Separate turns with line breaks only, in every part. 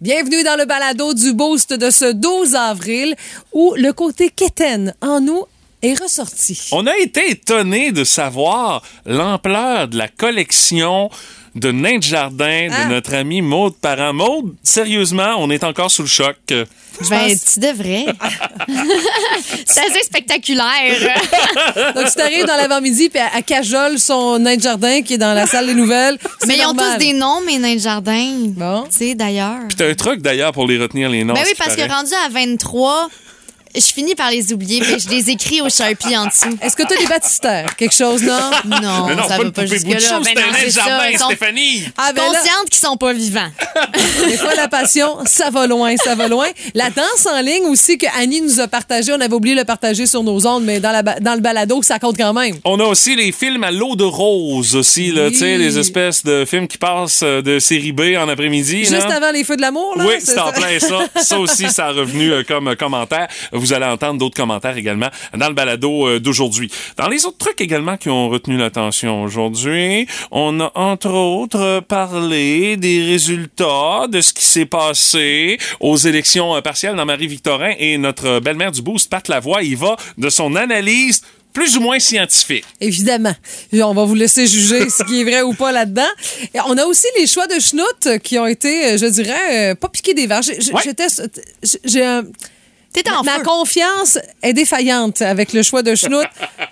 Bienvenue dans le balado du Boost de ce 12 avril où le côté quétaine en nous est ressorti.
On a été étonné de savoir l'ampleur de la collection de nains de jardin
Ah.
de notre ami Maude Parent. Maude, sérieusement, on est encore sous le choc.
Ben, tu devrais. c'est assez spectaculaire.
Donc, si t'arrives dans l'avant-midi puis à cajole son nain de jardin qui est dans la salle des nouvelles, c'est
mais ils ont tous
normal.
des noms, mes nains de jardin.
Bon.
Tu sais, d'ailleurs.
T'as un truc d'ailleurs pour les retenir les noms.
Ben
à ce
oui,
qui
parce que
paraît.
rendu à 23, je finis par les oublier, mais je les écris au Sharpie en dessous.
Est-ce que t'as des baptistères? Quelque chose, non?
Non,
Mais non,
ça
pas
va
une
pas
poupée bout de
jusque-là.
chou,
Ben
c'est un nain
non,
de
c'est ça.
jardin,
Ils sont
Stéphanie.
Ah, ben là,
Consciente qu'ils sont pas vivants.
des fois, la passion, ça va loin, ça va loin. La danse en ligne aussi que Annie nous a partagée, on avait oublié de le partager sur nos ondes, mais dans, la ba- dans le balado, ça compte quand même.
On a aussi les films à l'eau de rose aussi, là,
Oui.
tu sais, les espèces de films qui passent euh, de série B en après-midi.
Juste
là.
avant les feux de l'amour, là?
hein? Oui,
c'est
c'est en
ça?
plein ça. Ça aussi, ça a revenu euh, comme euh, commentaire. Vous allez entendre d'autres commentaires également dans le balado euh, d'aujourd'hui. Dans les autres trucs également qui ont retenu l'attention aujourd'hui, on a entre autres euh, parlé des résultats, de ce qui s'est passé aux élections euh, partielles dans Marie-Victorin et notre euh, belle-mère du Boost, Pat Lavoie, y va de son analyse plus ou moins scientifique.
Évidemment. Et on va vous laisser juger ce qui est vrai ou pas là-dedans. Et on a aussi les choix de schnout qui ont été, euh, je dirais, euh, pas piqués des verres. J'ai- j'ai-
Ouais.
J'étais. j'ai- j'ai un-
T'es en
Ma
feu.
confiance est défaillante avec le choix de schnout.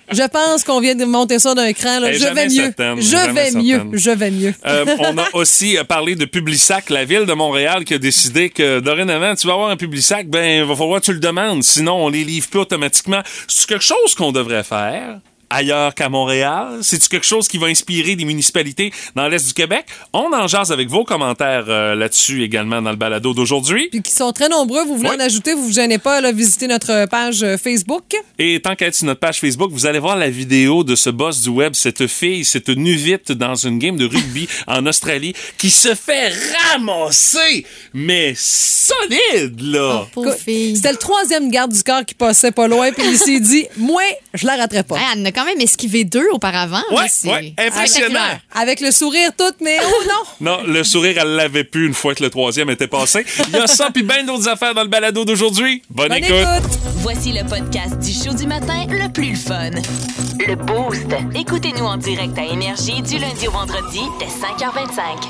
je pense qu'on vient de monter ça d'un cran. là.
Elle est
Je vais
jamais
mieux.
certaine,
Je
jamais
vais mieux.
certaine.
Je vais mieux.
Euh, on a aussi euh, parlé de Publisac, la ville de Montréal qui a décidé que dorénavant, tu vas avoir un Publisac, ben, il va falloir que tu le demandes, sinon on les livre plus automatiquement. C'est quelque chose qu'on devrait faire ailleurs qu'à Montréal? C'est-tu quelque chose qui va inspirer des municipalités dans l'Est du Québec? On en jase avec vos commentaires euh, là-dessus également dans le balado d'aujourd'hui.
Puis qui sont très nombreux. Vous voulez
Ouais.
en ajouter, vous vous gênez pas, là, visitez notre page euh, Facebook.
Et tant qu'à être sur notre page Facebook, vous allez voir la vidéo de ce boss du web, cette fille, cette nuvite dans une game de rugby en Australie qui se fait ramasser, mais solide, là!
Pauvre fille.
C'était le troisième garde du corps qui passait pas loin, puis il s'est dit, moi, je la raterai pas.
Ouais, elle en a quand même esquivé deux auparavant.
Ouais,
là, c'est
ouais,
Ah,
impressionnant.
Avec le sourire tout, mais oh non!
Non, le sourire, elle l'avait plus une fois que le troisième était passé. Il y a ça puis bien d'autres affaires dans le balado d'aujourd'hui. Bonne,
Bonne
écoute.
écoute.
Voici le podcast du show du matin le plus le fun. Le Boost. Écoutez-nous en direct à Énergie du lundi au vendredi dès 5h25.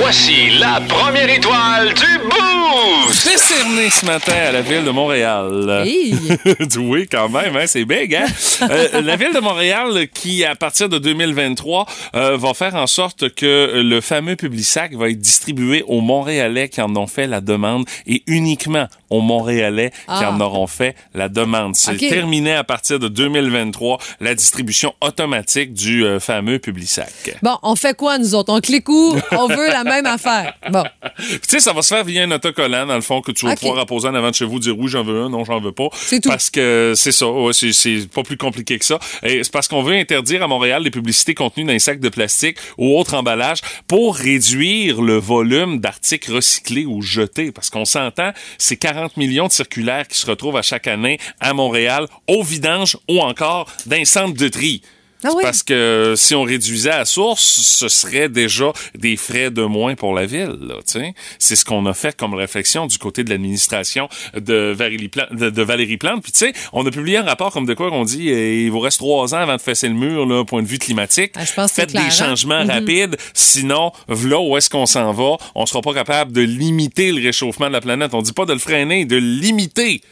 Voici la première étoile du Boost!
Décerné ce matin à la ville de Montréal.
Hey.
Du oui, quand même, hein, c'est big. Hein? Euh, la ville de Montréal, qui à partir de 2023 euh, va faire en sorte que le fameux Publisac va être distribué aux Montréalais qui en ont fait la demande et uniquement aux Montréalais qui
Ah.
en auront fait la demande. C'est
Ok.
terminé à partir de 2023 la distribution automatique du euh, fameux Publisac.
Bon, on fait quoi, nous autres? On clique où? On veut la même affaire. Bon.
Puis, tu sais, ça va se faire via un autocollant, dans le fond, que tu vas
Ok.
pouvoir apposer en avant de chez vous, dire oui, j'en veux un, non, j'en veux pas.
C'est tout.
Parce que c'est ça, ouais, c'est- c'est pas plus compliqué que ça. Et c'est parce qu'on veut interdire à Montréal les publicités contenues dans les sacs de plastique ou autres emballages pour réduire le volume d'articles recyclés ou jetés. Parce qu'on s'entend, c'est 40 millions de circulaires qui se retrouvent à chaque année à Montréal, au vidange ou encore dans les centres de tri.
Ah oui.
Parce que euh, si on réduisait à source, ce serait déjà des frais de moins pour la ville. là, tu sais. C'est ce qu'on a fait comme réflexion du côté de l'administration de Valérie Plante. De, de Valérie Plante. Puis tu sais, on a publié un rapport comme de quoi qu'on dit euh, il vous reste trois ans avant de fesser le mur, là, point de vue climatique.
Ah, je pense que c'est
Faites des
clair, hein?
changements rapides, sinon, là où est-ce qu'on s'en va, on sera pas capable de limiter le réchauffement de la planète. On dit pas de le freiner, de le limiter.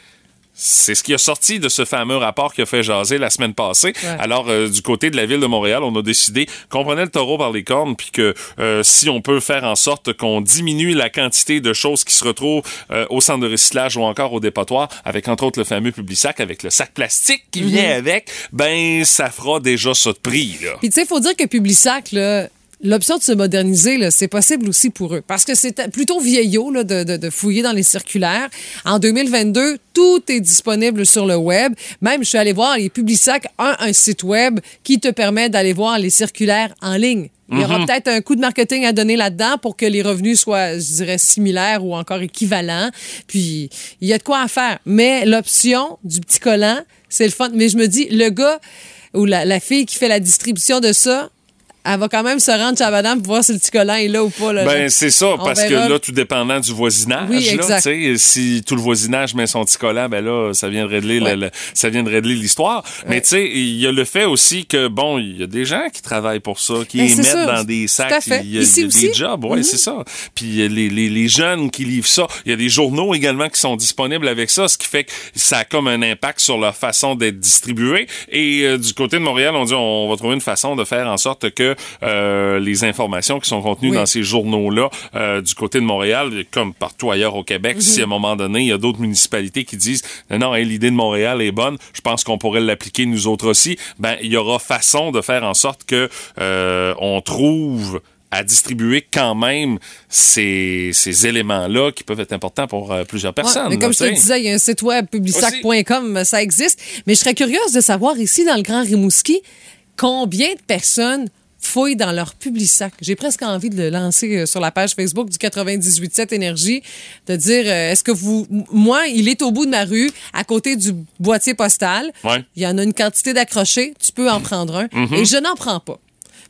C'est ce qui a sorti de ce fameux rapport qui a fait jaser la semaine passée.
Ouais.
Alors, euh, du côté de la ville de Montréal, on a décidé qu'on prenait le taureau par les cornes, puis que euh, si on peut faire en sorte qu'on diminue la quantité de choses qui se retrouvent euh, au centre de recyclage ou encore au dépotoir, avec entre autres le fameux public sac, avec le sac plastique qui vient avec, ben ça fera déjà ça de prix. Là.
Puis tu sais, faut dire que Publisac, là, l'option de se moderniser, là, c'est possible aussi pour eux. Parce que c'est plutôt vieillot là, de, de- de fouiller dans les circulaires. En 2022, tout est disponible sur le web. Même, je suis allée voir, les Publisac ont un site web qui te permet d'aller voir les circulaires en ligne. Il y aura peut-être un coup de marketing à donner là-dedans pour que les revenus soient, je dirais, similaires ou encore équivalents. Puis, il y a de quoi à faire. Mais l'option du petit collant, c'est le fun. Mais je me dis, le gars ou la, la fille qui fait la distribution de ça, elle va quand même se rendre chez la madame pour voir si le petit collant est là ou pas. Là,
Ben
Genre,
c'est ça,
on
parce que
verra.
là, tout dépendant du voisinage,
Oui,
là,
exact.
tu sais, si tout le voisinage met son petit collant, ben là, ça vient de régler, le-
Ouais.
le- ça vient de régler l'histoire. Mais tu sais, il y a le fait aussi que bon, il y a des gens qui travaillent pour ça, qui
Ben,
les
c'est
mettent
ça.
dans des
Tout
sacs,
à fait.
il y a,
Ici
il y a des
aussi. Mhm.
jobs, ouais, c'est ça. Puis il y a les, les, les jeunes qui livrent ça, il y a des journaux également qui sont disponibles avec ça, ce qui fait que ça a comme un impact sur leur façon d'être distribué. Et euh, du côté de Montréal, on dit on va trouver une façon de faire en sorte que euh, les informations qui sont contenues
Oui.
dans ces journaux-là euh, du côté de Montréal, comme partout ailleurs au Québec,
Mhm.
si à un moment donné, il y a d'autres municipalités qui disent non, non, hey, l'idée de Montréal est bonne, je pense qu'on pourrait l'appliquer nous autres aussi, ben il y aura façon de faire en sorte que euh, on trouve à distribuer quand même ces, ces éléments-là qui peuvent être importants pour euh, plusieurs
Ouais,
personnes.
mais
là,
comme je te
tu sais.
disais, il y a un site web, publisac.com, ça existe. Mais je serais curieuse de savoir ici, dans le Grand Rimouski, combien de personnes fouillent dans leur Publisac. J'ai presque envie de le lancer euh, sur la page Facebook du 98.7 Énergie, de dire, euh, est-ce que vous... m- Moi, il est au bout de ma rue, à côté du boîtier postal.
Ouais. Mm-hmm.
Il y en a une quantité d'accrochés, tu peux en prendre un. Et je n'en prends pas.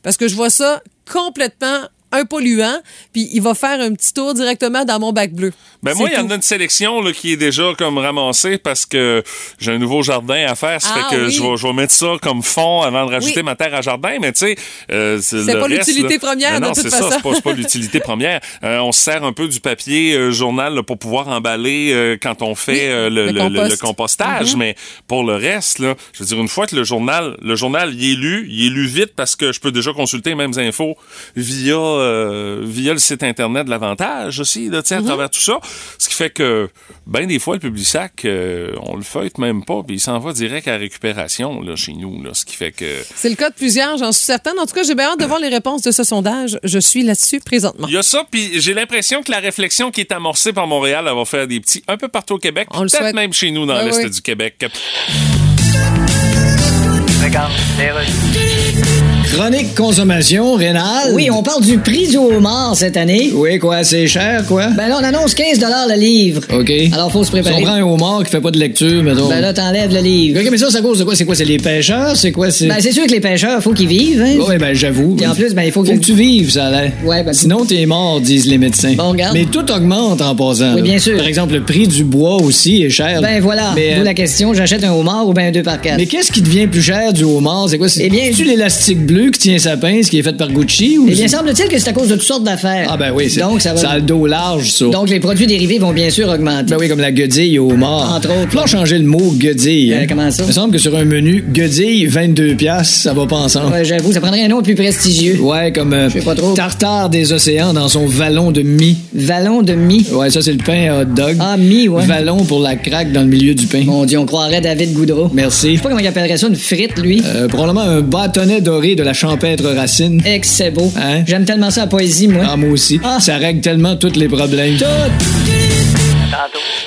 Parce que je vois ça complètement un polluant, puis il va faire un petit tour directement dans mon bac bleu.
Ben
C'est
moi, il y en
tout.
a une sélection là, qui est déjà comme ramassée parce que j'ai un nouveau jardin à faire. Ça
Ah,
fait que
oui.
je, vais, je vais mettre ça comme fond avant de rajouter
Oui.
ma terre à jardin. Mais tu sais, euh,
C'est
le
pas
reste,
l'utilité
là-
première,
Non,
de
non,
toute
c'est ça,
façon.
c'est pas, c'est pas l'utilité première. Euh, on se sert un peu du papier euh, journal là, pour pouvoir emballer euh, quand on fait
Oui,
euh, le, le-
le
le- le
compost.
compostage.
Mm-hmm.
Mais pour le reste, là, je veux dire, une fois que le journal, le journal, il est lu, il est lu vite parce que je peux déjà consulter les mêmes infos via euh, via le site internet de l'avantage aussi, là, tu
Mm-hmm.
sais, à travers tout ça. Ce qui fait que ben des fois le public sac, euh, on le feuille même pas, puis il s'en va direct à la récupération là chez nous, là, ce qui fait que
C'est le cas de plusieurs, j'en suis certaine. En tout cas, j'ai bien hâte de voir les réponses de ce sondage. Je suis là-dessus présentement.
Il y a ça, puis j'ai l'impression que la réflexion qui est amorcée par Montréal, elle va faire des petits un peu partout au Québec,
On le
peut-être
souhaite.
même chez nous dans
Ah
l'est
oui.
du Québec.
Chronique consommation rénale.
Oui, on parle du prix du homard cette année.
Oui, quoi, c'est cher, quoi?
Ben là, on annonce 15 le livre.
OK.
Alors, faut se
Si
préparer.
on prend un homard qui fait pas de lecture, mettons.
Ben là, t'enlèves le livre.
OK, mais ça, c'est à cause de quoi? C'est quoi? C'est les pêcheurs? C'est quoi? C'est.
Ben, c'est sûr que les pêcheurs, faut qu'ils vivent. Hein?
Ouais, ben, j'avoue.
Puis en plus, ben, il faut
Faut
que...
que tu vives, ça là.
Ouais, ben-
Sinon, t'es mort, disent les médecins.
Bon, regarde.
Mais tout augmente en passant.
Oui,
là.
bien sûr.
Par exemple, le prix du bois aussi est cher.
Ben voilà,
Mais,
d'où
euh,
la question, j'achète un homard ou ben un 2 par 4
mais qu'est-ce qui devient plus cher du homard? C'est quoi? C'est
Eh bien-
tu l'élastique bleu qui tient sa pince, qui est fait par Gucci? Ou
Eh bien, semble-t-il que c'est à cause de toutes sortes d'affaires.
Ah, ben oui, c'est-
Donc, ça va...
a le dos large, ça.
Donc, les produits dérivés vont bien sûr augmenter.
Ben oui, comme la guedille au homard.
Entre autres.
Faut leur changer le mot guedille.
Euh, comment ça?
Il me semble que sur un menu, guedille, 22 piastres, ça va pas ensemble.
Ah, Ouais, J'avoue, ça prendrait un nom plus prestigieux.
Ouais, comme euh,
sais pas trop.
tartare des océans dans son vallon de mie.
Vallon de mie.
Ouais, ça c'est le pain à hot dog.
Ah, mie, ouais.
Vallon pour la craque dans le milieu du pain.
Mon Dieu, on croirait David Goudreau. Je
Merci.
sais pas comment il appellerait ça, une frite, lui.
Euh, probablement un bâtonnet doré de la champêtre racine.
Eh, que c'est beau.
Hein?
J'aime tellement ça, la poésie, moi.
Ah, moi aussi.
Ah.
Ça règle tellement tous les problèmes.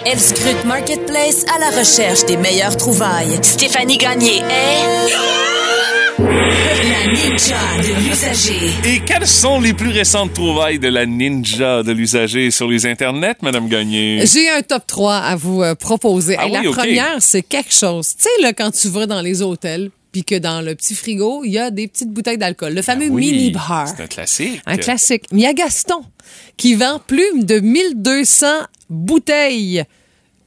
Elle scrute Marketplace à la recherche des meilleures trouvailles. Stéphanie Gagné est... La ninja de l'usager.
Et quelles sont les plus récentes trouvailles de la ninja de l'usager sur les internets, Madame Gagné?
J'ai un top 3 à vous euh, proposer.
Ah
la
oui, ok.
première, c'est quelque chose. Tu sais, là, quand tu vas dans les hôtels, puis que dans le petit frigo, il y a des petites bouteilles d'alcool. Le fameux
Ah Oui,
mini-bar.
C'est un classique.
Un classique. Mais il y a Gaston qui vend plus de 1200 bouteilles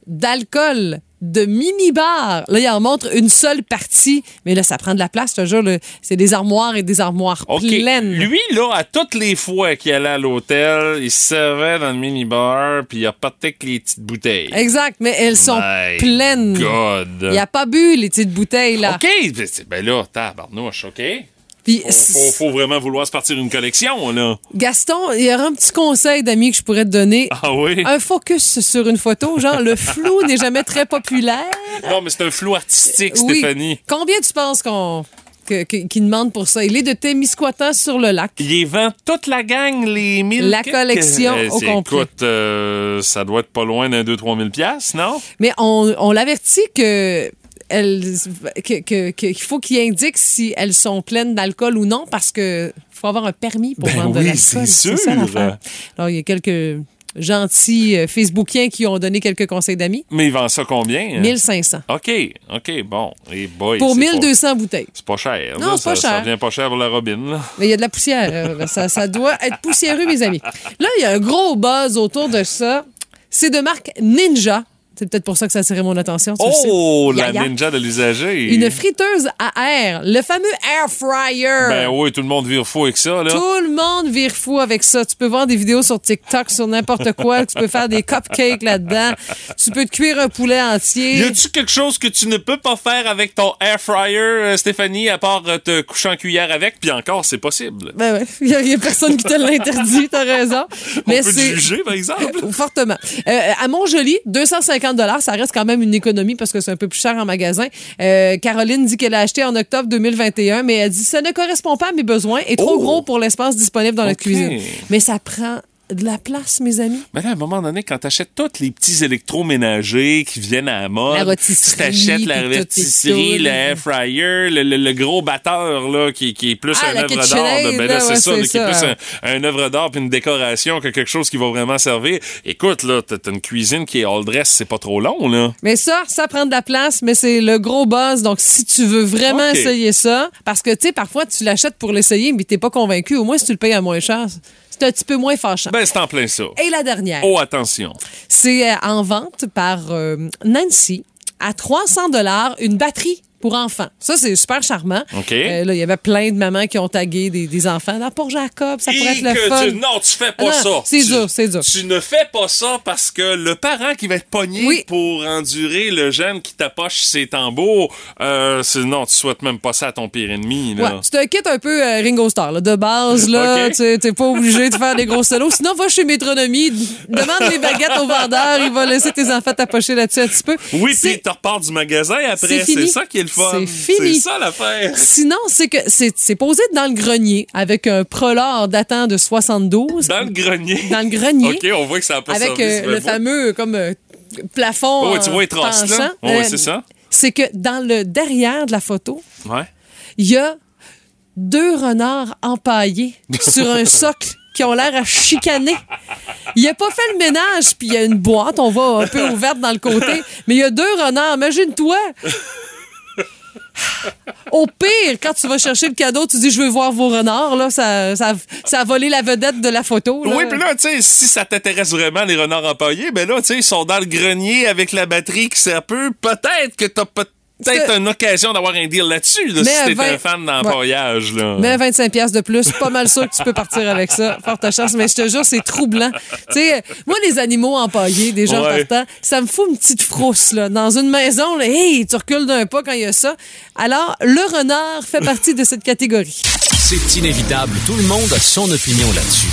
d'alcool de mini-bar. Là, il en montre une seule partie, mais là, ça prend de la place, je te jure. là. C'est des armoires et des armoires
OK.
pleines.
Lui, là, à toutes les fois qu'il allait à l'hôtel, il se servait dans le minibar, puis il repartait avec les petites bouteilles.
Exact, mais elles sont
My
pleines.
God.
Il a pas bu les petites bouteilles, là.
OK. Ben, c'est- Ben là, tabarnouche, OK.
Puis,
Faut, faut, faut vraiment vouloir se partir une collection, là.
Gaston, il y aura un petit conseil d'amis que je pourrais te donner.
Ah oui?
Un focus sur une photo, genre le flou n'est jamais très populaire.
Non, mais c'est un flou artistique,
Oui.
Stéphanie.
Combien tu penses qu'on que- que- qu'il demande pour ça? Il est de Témiscouata sur le lac.
Il les vend toute la gang, les mille...
La
quelques-
collection
Eh,
au
c'est-
complet.
Écoute, euh, ça doit être pas loin d'un 2-3 000 piastres, non?
Mais on, on l'avertit que elle, que, que- que- qu'il faut qu'il indique si elles sont pleines d'alcool ou non parce que faut avoir un permis pour
Ben
vendre de
oui,
l'alcool.
c'est
ça,
sûr.
l'affaire. Alors, il y a quelques gentils euh, Facebookiens qui ont donné quelques conseils d'amis.
Mais il vend ça combien? hein?
1500.
OK, OK, bon. Et boy,
Pour
c'est pas-
1200 bouteilles.
C'est pas cher.
Non,
là.
c'est pas
ça, ça
cher.
revient pas cher pour la robine. Là.
Mais il y a de la poussière. euh, ça, ça doit être poussiéreux, mes amis. Là, il y a un gros buzz autour de ça. C'est de marque Ninja. C'est peut-être pour ça que ça a attiré mon attention. tu le sais.
Oh, la
Yaya.
ninja de l'usager.
Une friteuse à air. Le fameux air fryer.
Ben oui, tout le monde vire fou avec ça. Là.
Tout le monde vire fou avec ça. Tu peux voir des vidéos sur TikTok, sur n'importe quoi. Tu peux faire des cupcakes là-dedans. Tu peux te cuire un poulet
Y
entier.
a-tu quelque chose que tu ne peux pas faire avec ton air fryer, euh, Stéphanie, à part euh, te coucher en cuillère avec? Puis encore, c'est possible.
Ben ouais, il n'y a, personne qui te l'interdit, t'as raison.
On peut te
c'est-
juger, par exemple.
Fortement. Euh, à Montjoli, 250 ça reste quand même une économie parce que c'est un peu plus cher en magasin. Euh, Caroline dit qu'elle a acheté en octobre 2021, mais elle dit ça ne correspond pas à mes besoins et trop
Oh!
gros pour l'espace disponible dans notre
Ok.
cuisine. Mais ça prend de la place, mes amis.
Mais Ben là, à un moment donné, quand t'achètes tous les petits électroménagers qui viennent à la mode,
La rôtisserie,
si t'achètes la
puis toutes les
rôtisserie,
tounes.
le air fryer, le, le- le gros batteur là, qui, qui est plus
Ah,
un
la
œuvre d'art,
KitchenAid,
ben
là,
là, c'est
ouais,
ça,
c'est
là, qui est
ça.
plus un, un œuvre d'art puis une décoration que quelque chose qui va vraiment servir. Écoute, là, t'as t'as une cuisine qui est all dress, c'est pas trop long, là.
Mais ça, ça prend de la place, mais c'est le gros buzz. Donc, si tu veux vraiment
Ok.
essayer ça, parce que, tu sais, parfois, tu l'achètes pour l'essayer, mais t'es pas convaincu. Au moins, si tu le payes à moins cher, c'est un petit peu moins fâchant.
Ben, c'est en plein ça.
Et la dernière.
Oh, attention.
C'est euh, en vente par euh, Nancy à 300 dollars une batterie pour enfants. Ça, c'est super charmant.
OK.
Euh, là, il y avait plein de mamans qui ont tagué des, des enfants. Dans pour Jacob, ça pourrait
Et
être le
que
fun.
tu- non, tu fais pas
Ah non,
ça.
c'est
Tu-
dur, c'est dur.
Tu ne fais pas ça parce que le parent qui va être pogné
Oui.
pour endurer le jeune qui tapoche ses tambours, euh, c'est- non, tu souhaites même pas ça à ton pire ennemi. Là.
Ouais, tu te quittes un peu euh, Ringo Starr, là, de base, là,
OK.
tu sais, t'es pas obligé de faire des gros solos. Sinon, va chez Métronomie, d- demande les baguettes au vendeur, il va laisser tes enfants t'approcher là-dessus un petit peu.
Oui,
C'est-
puis tu repars du magasin
c'est
après.
fini.
C'est ça qui est le fun.
C'est fini.
C'est ça l'affaire.
Sinon, c'est que c'est c'est posé dans le grenier avec un prolore datant de 72.
Dans le grenier.
Dans le grenier.
Ben, OK, on voit que ça n'a pas
avec
servi,
euh,
c'est bien
le
beau.
fameux euh, comme euh, plafond
Oh, ouais, tu
en
vois les traces, là.
penchant. Euh,
Oh, ouais, c'est ça.
C'est que dans le derrière de la photo,
Ouais.
il y a deux renards empaillés sur un socle qui ont l'air à chicaner. Il a pas fait le ménage, puis il y a une boîte, on voit un peu ouverte dans le côté, mais il y a deux renards, imagine-toi. Au pire, quand tu vas chercher le cadeau, tu dis je veux voir vos renards là, ça ça, ça a volé la vedette de la photo là.
Oui, puis là, tu sais, si ça t'intéresse vraiment, les renards empaillés, ben là, tu sais, ils sont dans le grenier avec la batterie qui sert peu. Peut-être que t'as peut-être
Que-
une occasion d'avoir un deal là-dessus, là,
Mais
si
à
t'es
20
un fan d'empaillage, là.
Mais 25 pièces de plus, pas mal sûr que tu peux partir avec ça. Forte chance, mais je te jure, c'est troublant. Tu sais, euh, moi, les animaux empaillés, des gens
Ouais.
partant, ça me fout une petite frousse, là. Dans une maison, là, hey, tu recules d'un pas quand il y a ça. Alors, le renard fait partie de cette catégorie.
C'est inévitable. Tout le monde a son opinion là-dessus.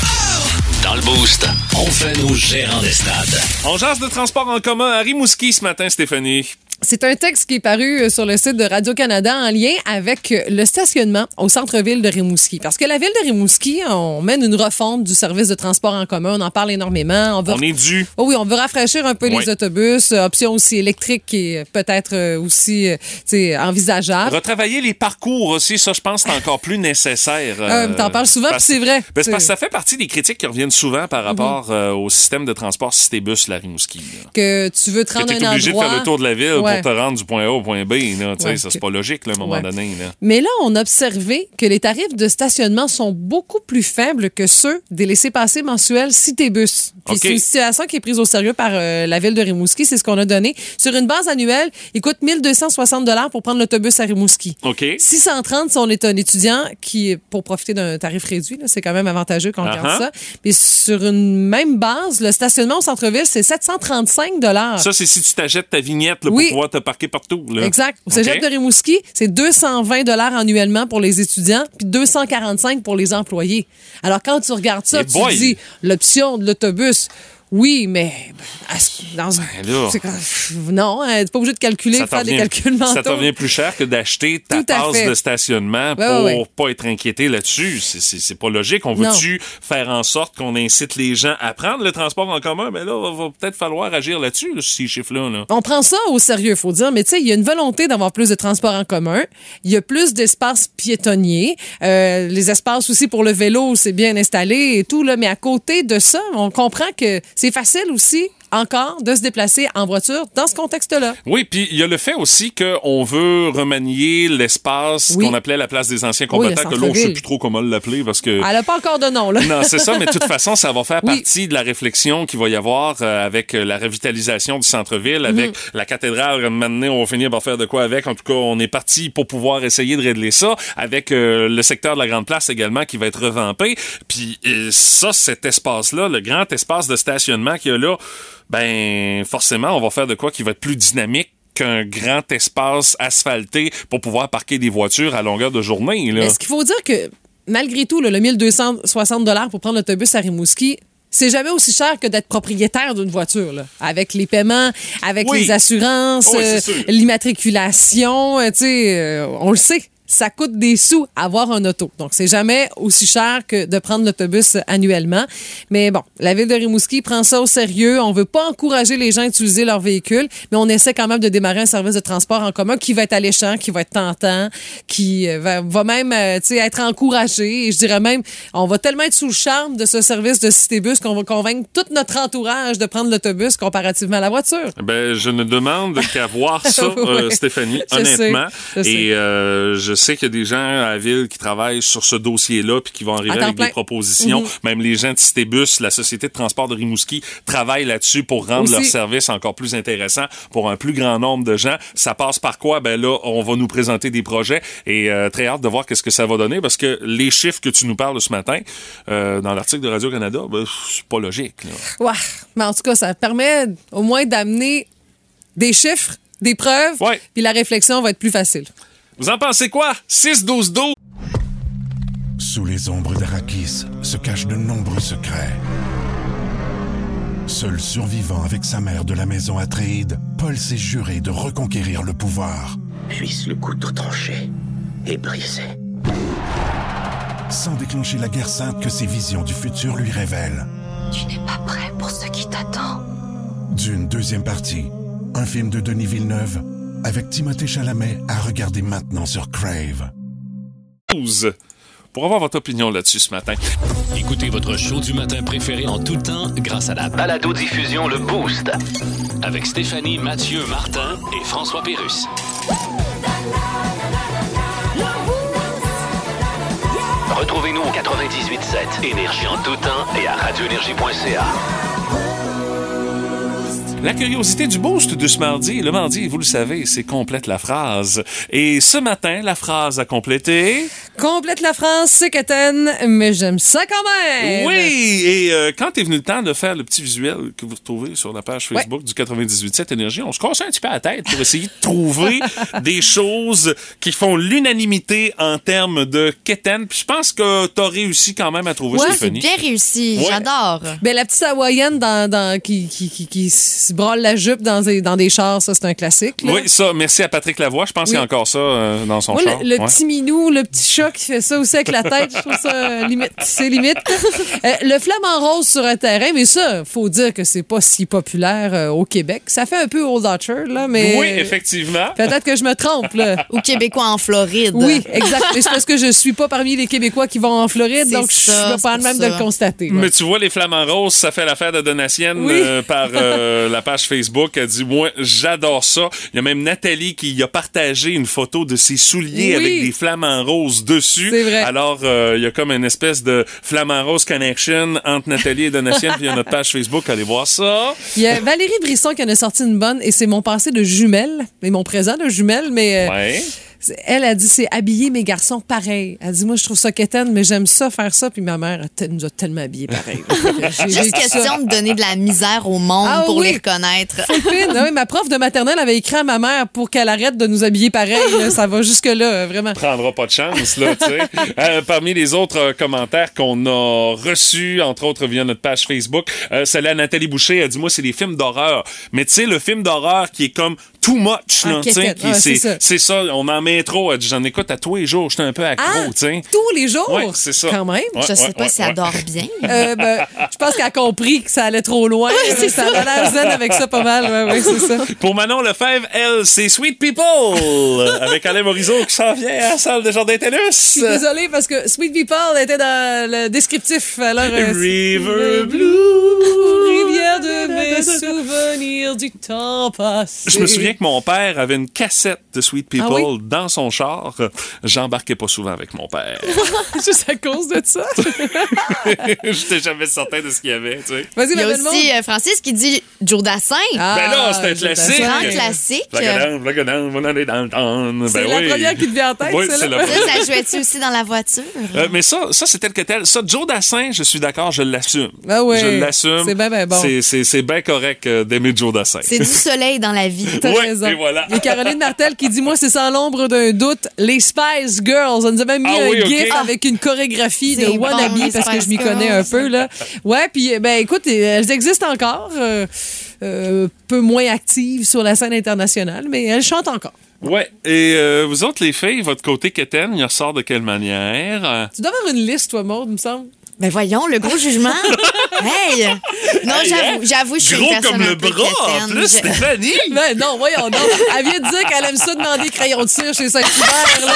Dans le boost, on fait nos gérants des stades.
On jase de transport en commun à Rimouski ce matin, Stéphanie.
C'est un texte qui est paru euh, sur le site de Radio-Canada en lien avec euh, le stationnement au centre-ville de Rimouski. Parce que la ville de Rimouski, on mène une refonte du service de transport en commun. On en parle énormément. On veut
On est dû.
Oh oui, on veut rafraîchir un peu
Oui.
les autobus, euh, option aussi électrique qui est peut-être euh, aussi euh, tu sais, envisageable.
Retravailler les parcours aussi, ça, je pense, c'est encore plus nécessaire.
Euh, t'en parles souvent,
parce-
puis c'est vrai.
Ben, c'est parce
C'est- Mhm.
que ça fait partie des critiques qui reviennent souvent par rapport euh, au système de transport Citébus, la Rimouski. là.
Que tu veux te
Que
rendre
t'es
à un
obligé de
endroit.
faire le tour de la ville
Ouais.
pour te rendre du point A au point B. Là, tu sais,
Ouais,
ça,
ok.
c'est pas logique là, à un moment
Ouais.
donné. Là.
Mais là, on a observé que les tarifs de stationnement sont beaucoup plus faibles que ceux des laissés-passer mensuels Citébus. Puis
OK.
c'est une situation qui est prise au sérieux par euh, la ville de Rimouski, c'est ce qu'on a donné. Sur une base annuelle, il coûte 1260 dollars pour prendre l'autobus à Rimouski.
OK.
630 si on est un étudiant qui, pour profiter d'un tarif réduit, là, c'est quand même avantageux quand on
Uh-huh.
regarde ça. Puis sur une même base, le stationnement au centre-ville, c'est 735 dollars.
Ça, c'est si tu t'achètes ta vignette là,
Ah. Oui.
pour pouvoir te parquer partout. Là.
Exact. Au
OK.
cégep de Rimouski, c'est 220 dollars annuellement pour les étudiants, puis 245 pour les employés. Alors quand tu regardes ça,
Eh
tu
boy!
te dis l'option de l'autobus. Oui, mais ben, à ce- dans un-
Ben là.
c'est quand- pff, non, hein, t'es pas obligé de calculer,
Ça te
de faire des
revient-
calculs mentaux.
Ça te revient plus cher que d'acheter ta
Tout à
passe
fait.
de stationnement
Ouais,
pour
ouais, ouais.
pas être inquiété là-dessus. C'est- C'est c'est pas logique. On
Non.
veut-tu faire en sorte qu'on incite les gens à prendre le transport en commun? Mais là, va peut-être falloir agir là-dessus, là, ces chiffres-là. là.
On prend ça au sérieux, faut dire, mais tu sais, il y a une volonté d'avoir plus de transports en commun. Il y a plus d'espaces piétonniers. Euh, les espaces aussi pour le vélo, c'est bien installé et tout, là. Mais à côté de ça, on comprend que c'est facile aussi, encore, de se déplacer en voiture dans ce contexte-là.
Oui, puis il y a le fait aussi qu'on veut remanier l'espace
Oui.
qu'on appelait la place des anciens
Oui, le
combattants, que l'on ne sait
centre-ville.
plus trop comment l'appeler parce que...
Elle n'a pas encore de nom, là.
Non, c'est ça, mais de toute façon, ça va faire
Oui.
partie de la réflexion qu'il va y avoir euh, avec euh, la revitalisation du centre-ville,
Mhm.
avec la cathédrale. euh, Maintenant, on va finir par faire de quoi avec. En tout cas, on est parti pour pouvoir essayer de régler ça, avec euh, le secteur de la Grande Place également qui va être revampé. Puis euh, ça, cet espace-là, le grand espace de stationnement qu'il y a là, ben forcément, on va faire de quoi qui va être plus dynamique qu'un grand espace asphalté pour pouvoir parquer des voitures à longueur de journée. Là.
Mais ce qu'il faut dire que, malgré tout, là, le 1260 dollars pour prendre l'autobus à Rimouski, c'est jamais aussi cher que d'être propriétaire d'une voiture, là. avec les paiements, avec
Oui.
les assurances,
Oh, Oui, c'est sûr.
euh, l'immatriculation, euh, tu sais, euh, on le sait. Ça coûte des sous avoir un auto. Donc, c'est jamais aussi cher que de prendre l'autobus annuellement. Mais bon, la ville de Rimouski prend ça au sérieux. On veut pas encourager les gens à utiliser leur véhicule, mais on essaie quand même de démarrer un service de transport en commun qui va être alléchant, qui va être tentant, qui euh, va, va même euh, tu sais, être encouragé. Et je dirais même, on va tellement être sous le charme de ce service de Citébus qu'on va convaincre tout notre entourage de prendre l'autobus comparativement à la voiture.
Ben, je ne demande qu'à voir ça, euh,
Ouais.
Stéphanie,
Je
honnêtement.
sais, je
Et
sais.
euh, je sais qu'il y a des gens à la ville qui travaillent sur ce dossier-là puis qui vont arriver
À temps
avec des
plein.
propositions.
Mhm.
Même les gens de Citébus, la Société de transport de Rimouski, travaillent là-dessus pour rendre
Aussi.
leur service encore plus intéressant pour un plus grand nombre de gens. Ça passe par quoi? Ben là, on va nous présenter des projets et euh, très hâte de voir qu'est-ce que ça va donner parce que les chiffres que tu nous parles ce matin euh, dans l'article de Radio-Canada, ben, c'est pas logique. là.
Ouais. Mais en tout cas, ça permet au moins d'amener des chiffres, des preuves,
Ouais.
puis la réflexion va être plus facile.
Vous en pensez quoi? 6-12-12?
Sous les ombres d'Arakis se cachent de nombreux secrets. Seul survivant avec sa mère de la maison Atréide, Paul s'est juré de reconquérir le pouvoir.
Puisse le couteau tranché et brisé.
sans déclencher la guerre sainte que ses visions du futur lui révèlent.
Tu n'es pas prêt pour ce qui t'attend.
D'une deuxième partie, un film de Denis Villeneuve avec Timothée Chalamet à regarder maintenant sur Crave.
12 pour avoir votre opinion là-dessus ce matin.
Écoutez votre show du matin préféré en tout temps grâce à la balado-diffusion Le Boost. Avec Stéphanie, Mathieu, Martin et François Pérus.
Retrouvez-nous au 98.7 Énergie en tout temps et à radioénergie.ca.
La curiosité du boost de ce mardi, le mardi, vous le savez, c'est complète la phrase. Et ce matin, la phrase à compléter.
Complète la France, c'est Catane, mais j'aime ça quand même.
Oui, et euh, quand est venu le temps de faire le petit visuel que vous retrouvez sur la page Facebook du 98.7 Énergie, on se casse un petit peu la tête pour essayer de trouver des choses qui font l'unanimité en termes de quétaine. Puis je pense que t'as réussi quand même à trouver,
Ouais, c'est
Stéphanie.
bien réussi.
Ouais.
J'adore.
Ben, la petite hawaïenne dans, dans- qui, qui, qui, qui se branle la jupe dans des, dans des chars, ça, c'est un classique. là.
Oui, ça, merci à Patrick Lavoie. Je pense
Oui.
qu'il y a encore ça euh, dans son
Moi,
char.
le, le
Ouais.
petit minou, le petit chat qui fait ça aussi avec la tête, je trouve ça euh, limite. C'est limite. Euh, le flamant rose sur un terrain, mais ça, faut dire que c'est pas si populaire euh, au Québec. Ça fait un peu Old Archer, là, mais.
Oui, effectivement.
Peut-être que je me trompe, là.
Ou Québécois en Floride.
Oui, exact. Mais c'est parce que je suis pas parmi les Québécois qui vont en Floride,
C'est
donc je
ça,
suis pas
c'est
de même
pour
de le
ça.
constater. là.
Mais tu vois, les flamants roses, ça fait l'affaire de Donatienne euh, par euh, la page Facebook. Elle dit, moi, j'adore ça. Il y a même Nathalie qui y a partagé une photo de ses souliers
Oui.
avec des flamants roses dessus.
C'est vrai.
Alors, euh, il y a comme une espèce de flamant rose connection entre Nathalie et Donatien. puis il y a notre page Facebook. Allez voir ça.
Il y a Valérie Brisson qui en a sorti une bonne et c'est mon passé de jumelle, mais mon présent de jumelle, mais euh,
Ouais.
c'est- elle a dit c'est habiller mes garçons pareil. Elle dit moi je trouve ça quétaine, mais j'aime ça faire ça. Puis ma mère elle te- nous a tellement habillés pareil. J'ai vécu
Juste question
ça.
de donner de la misère au monde
Ah
pour
oui.
les reconnaître.
Full pin. Ah oui, ma prof de maternelle avait écrit à ma mère pour qu'elle arrête de nous habiller pareil. là. ça va jusque-là, euh, vraiment.
prendra pas de chance, là, tu sais. Euh, parmi les autres euh, commentaires qu'on a reçus, entre autres via notre page Facebook, euh, celle-là, Nathalie Boucher, elle dit, moi, c'est les films d'horreur. Mais tu sais, le film d'horreur qui est comme too much, là,
Ah,
tu sais,
qu'est-ce que-
qui-
ouais, c'est
c'est
ça.
c'est ça, on en met trop. Elle dit, j'en écoute à tous les jours, j'étais un peu accro,
Ah,
tu sais.
tous les jours.
Ouais, c'est ça.
Quand même.
Ouais, Je sais ouais, pas ouais, si elle ouais. dort
bien.
Euh, ben, je pense qu'elle a compris que ça allait trop loin.
c'est
ça.
ça.
Elle a l'air zen avec ça pas mal. Ouais, ouais, c'est ça.
Pour Manon Lefebvre, elle, c'est Sweet People, avec Alain Morisot qui s'en vient à la salle de Jardin Tellus.
Je suis désolée parce que Sweet People était dans le descriptif. Alors, euh,
River Blue.
Rivière de mes souvenirs du temps passé.
Je me souviens que mon père avait une cassette de Sweet People
Ah oui?
dans son char. J'embarquais pas souvent avec mon père.
Juste à cause de ça.
J'étais jamais certain de ce qu'il y avait, tu sais.
Il y a aussi euh, Francis qui dit Joe Dassin.
Ah,
ben là, c'était un classique.
Grand classique.
Flagadam, flagadam, on en est dans le temps. Ben
C'est la
oui.
première qui te vient en
tête,
Oui,
Ça,
c'est la première.
ça jouait-tu aussi dans la voiture?
Euh, mais ça, ça c'est tel que tel. Ça, Joe Dassin, je suis d'accord, je l'assume.
Ah ouais.
Je l'assume.
C'est ben, ben bon.
C'est- C'est c'est bien correct euh, d'aimer Joe Dassin.
C'est du soleil dans la vie.
T'as Ouais, raison. et voilà.
Il y a Caroline Martel qui dit Moi, c'est sans l'ombre d'un doute, les Spice Girls. On nous a même mis
Ah
un
oui, ok.
gif avec une chorégraphie de
C'est bon,
Wannabe
les
parce que
Spice
je m'y connais
Girls.
un peu. là. Ouais, puis ben écoute, elles existent encore. euh, euh, peu moins actives sur la scène internationale, mais elles chantent encore.
Ouais. Et euh, vous autres, les filles, votre côté quétaine, il ressort de quelle manière? Euh,
Tu dois avoir une liste, toi, Maude, me semble.
Ben voyons, le gros jugement. hey! Non,
Hey, hein?
j'avoue, j'avoue, je suis
Gros
une personne
comme
un
le
peu
bras, en
quétaine.
plus,
Je-
Stéphanie!
Ben non, voyons donc. Elle vient de dire qu'elle aime ça demander crayon de cire chez Saint-Hubert. là.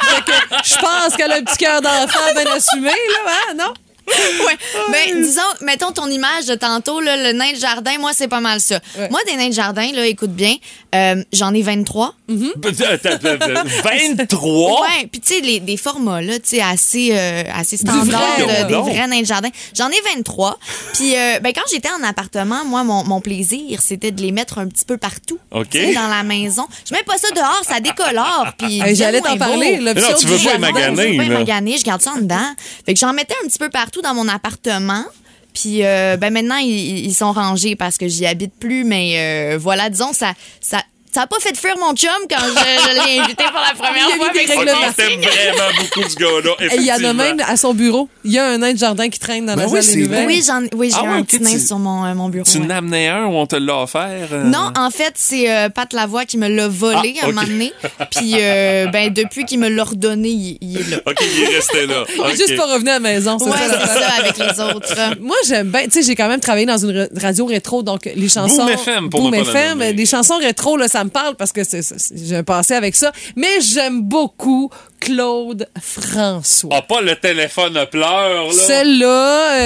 Fait que Je pense qu'elle a un petit cœur d'enfant bien assumé, là, hein, non?
Ouais. Ben, disons, mettons ton image de tantôt, là, le nain de jardin, moi, c'est pas mal ça. Moi, des nains de jardin, là, écoute bien, euh, j'en ai 23.
Attends, attends, attends, 23?
Ouais, puis tu sais, les- des formats, là, tu sais, assez, euh, assez standards,
vrai,
euh,
non,
des
non.
vrais nains de jardin. J'en ai 23. Puis, euh, ben, quand j'étais en appartement, moi, mon, mon plaisir, c'était de les mettre un petit peu partout.
OK.
tu sais, Dans la maison. Je mets pas ça dehors, ça décolore. Puis,
Hey, j'allais t'en
c'est beau.
parler, l'option
Non, tu veux du pas jardin. être magané,
Je veux pas être
là.
magané, je garde ça en dedans. Fait que j'en mettais un petit peu partout dans mon appartement. Puis euh, ben maintenant ils, ils sont rangés parce que j'y habite plus, mais euh, voilà, disons ça ça ça a pas fait fuir mon chum quand je, je l'ai invité pour la première
Il y a
fois.
eu des
fait que c'est
règlements.
pas
On t'aime vraiment beaucoup ce gars-là.
Et il y en a
effectivement.
même à son bureau. Il y a un nain de jardin qui traîne dans
Ben
la
oui,
salle
c'est
des nouvelles.
Oui, j'en- oui, j'ai
Ah ouais,
un
ok,
petit nain
tu-
sur mon, euh, mon bureau.
Tu
ouais.
n'en amenais un ou on te l'a offert? euh?
Non, en fait, c'est euh, Pat Lavoie qui me l'a volé
Ah,
à un
ok.
moment donné. Puis, euh, ben, depuis qu'il me l'a redonné, il, il est là.
OK, il est resté là.
Il est juste
OK.
pas revenu à la maison.
Ouais,
ça, la
c'est
affaire.
ça, avec les autres.
Moi, j'aime bien. Tu sais, j'ai quand même travaillé dans une ra- radio rétro, donc les chansons.
Boom FM, pour ne
Boom
pas la
FM, Les chansons rétro, là, ça me parle parce que c'est- c'est- j'ai un passé avec ça. Mais j'aime beaucoup Claude François.
Ah, pas le téléphone pleure, Ah, là.
Celle-là,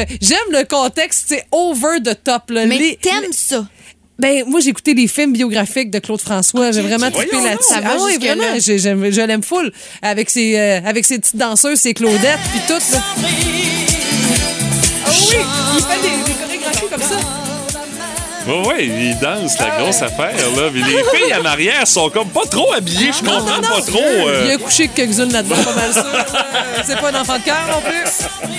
euh, j'aime le contexte, c'est over the top. Là.
Mais
t'aimes
ça?
Ben, moi, j'ai écouté les films biographiques de Claude François. J'ai vraiment trippé
Voyons
là-dessus.
donc, ça va
oui,
jusque-là.
vraiment. j'ai- j'aime- je l'aime full. Avec ses, euh, avec ses petites danseuses, ses Claudettes, puis tout. Là. Ah oui! Il fait des, des chorégraphies comme ça.
Ouais, ouais, il danse, la grosse affaire, là. Mais les filles en arrière sont comme pas trop habillées, je
Ah, Non, non,
comprends
non.
pas trop. euh.
Il a couché avec quelques-unes là-dedans, pas mal sûr. Euh, C'est pas un enfant de cœur non plus.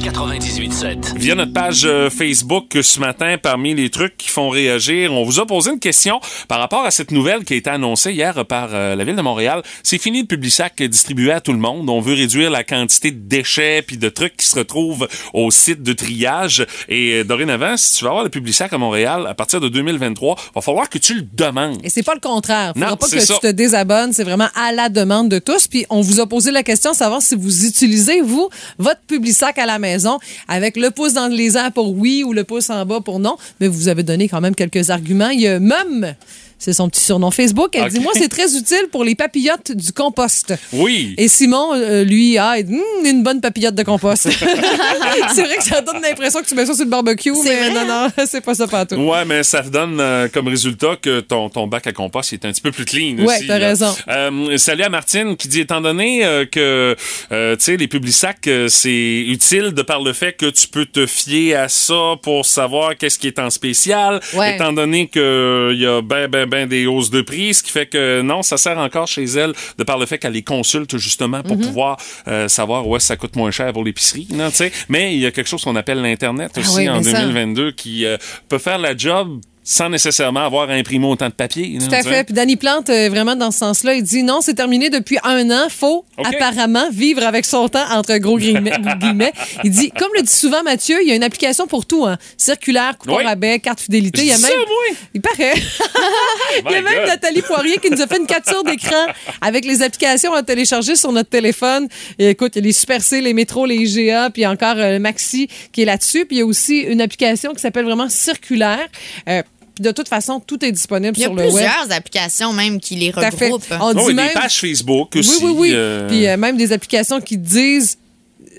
98.7.
Via notre page euh, Facebook euh, ce matin, parmi les trucs qui font réagir, on vous a posé une question par rapport à cette nouvelle qui a été annoncée hier par euh, la Ville de Montréal. C'est fini le Publisac euh, distribué à tout le monde. On veut réduire la quantité de déchets puis de trucs qui se retrouvent au site de triage. Et euh, dorénavant, si tu vas avoir le Publisac à Montréal, à partir de 2023, va falloir que tu le demandes.
Et c'est pas le contraire. Faudra
Non,
pas
c'est
que
ça.
tu te désabonnes. C'est vraiment à la demande de tous. Puis on vous a posé la question de savoir si vous utilisez, vous, votre Publisac à la maison avec le pouce dans les airs pour oui ou le pouce en bas pour non. Mais vous avez donné quand même quelques arguments. Il y a Mum, c'est son petit surnom Facebook. Elle
Ok.
dit Moi, c'est très utile pour les papillotes du compost.
Oui.
Et Simon, euh, lui, a hmm, une bonne papillote de compost. c'est vrai que ça donne l'impression que tu mets ça sur le barbecue, mais non,
hein?
non, c'est pas ça partout.
Ouais, mais ça donne euh, comme résultat que ton, ton bac à compost il est un petit peu plus clean
Ouais,
aussi.
t'as
là.
raison.
Euh, salut à Martine qui dit étant donné euh, que euh, tu sais les publics sacs c'est utile de par le fait que tu peux te fier à ça pour savoir qu'est-ce qui est en spécial
Ouais.
étant donné que il y a ben ben ben des hausses de prix ce qui fait que non ça sert encore chez elle de par le fait qu'elle les consulte justement pour
Mhm.
pouvoir euh, savoir ouais ça coûte moins cher pour l'épicerie non tu sais mais il y a quelque chose qu'on appelle l'internet
Ah
aussi
oui,
en
mais ça.
2022 qui euh, peut faire la job sans nécessairement avoir à imprimer autant de papier.
Tout à fait. Puis Danny Plante, euh, vraiment dans ce sens-là, il dit non, c'est terminé depuis un an. Faut
OK.
apparemment vivre avec son temps, entre gros guillemets. guillemets. Il dit, comme le dit souvent Mathieu, il y a une application pour tout. Hein. Circulaire, coupon
Oui.
rabais, carte fidélité. Il y a
Je dis
même...
ça, moi.
Il paraît. il y a
My
même
God.
Nathalie Poirier qui nous a fait une capture d'écran avec les applications à télécharger sur notre téléphone. Et écoute, il y a les Super C, les métros, les IGA, puis encore euh, le Maxi qui est là-dessus. Puis il y a aussi une application qui s'appelle vraiment Circulaire. Euh, puis de toute façon, tout est disponible
Il y a
sur le web.
plusieurs applications même qui les
Tout à fait.
regroupent.
On dit
Ah oui,
même-
des pages Facebook aussi.
Oui, oui, oui.
euh,
Puis euh, même des applications qui disent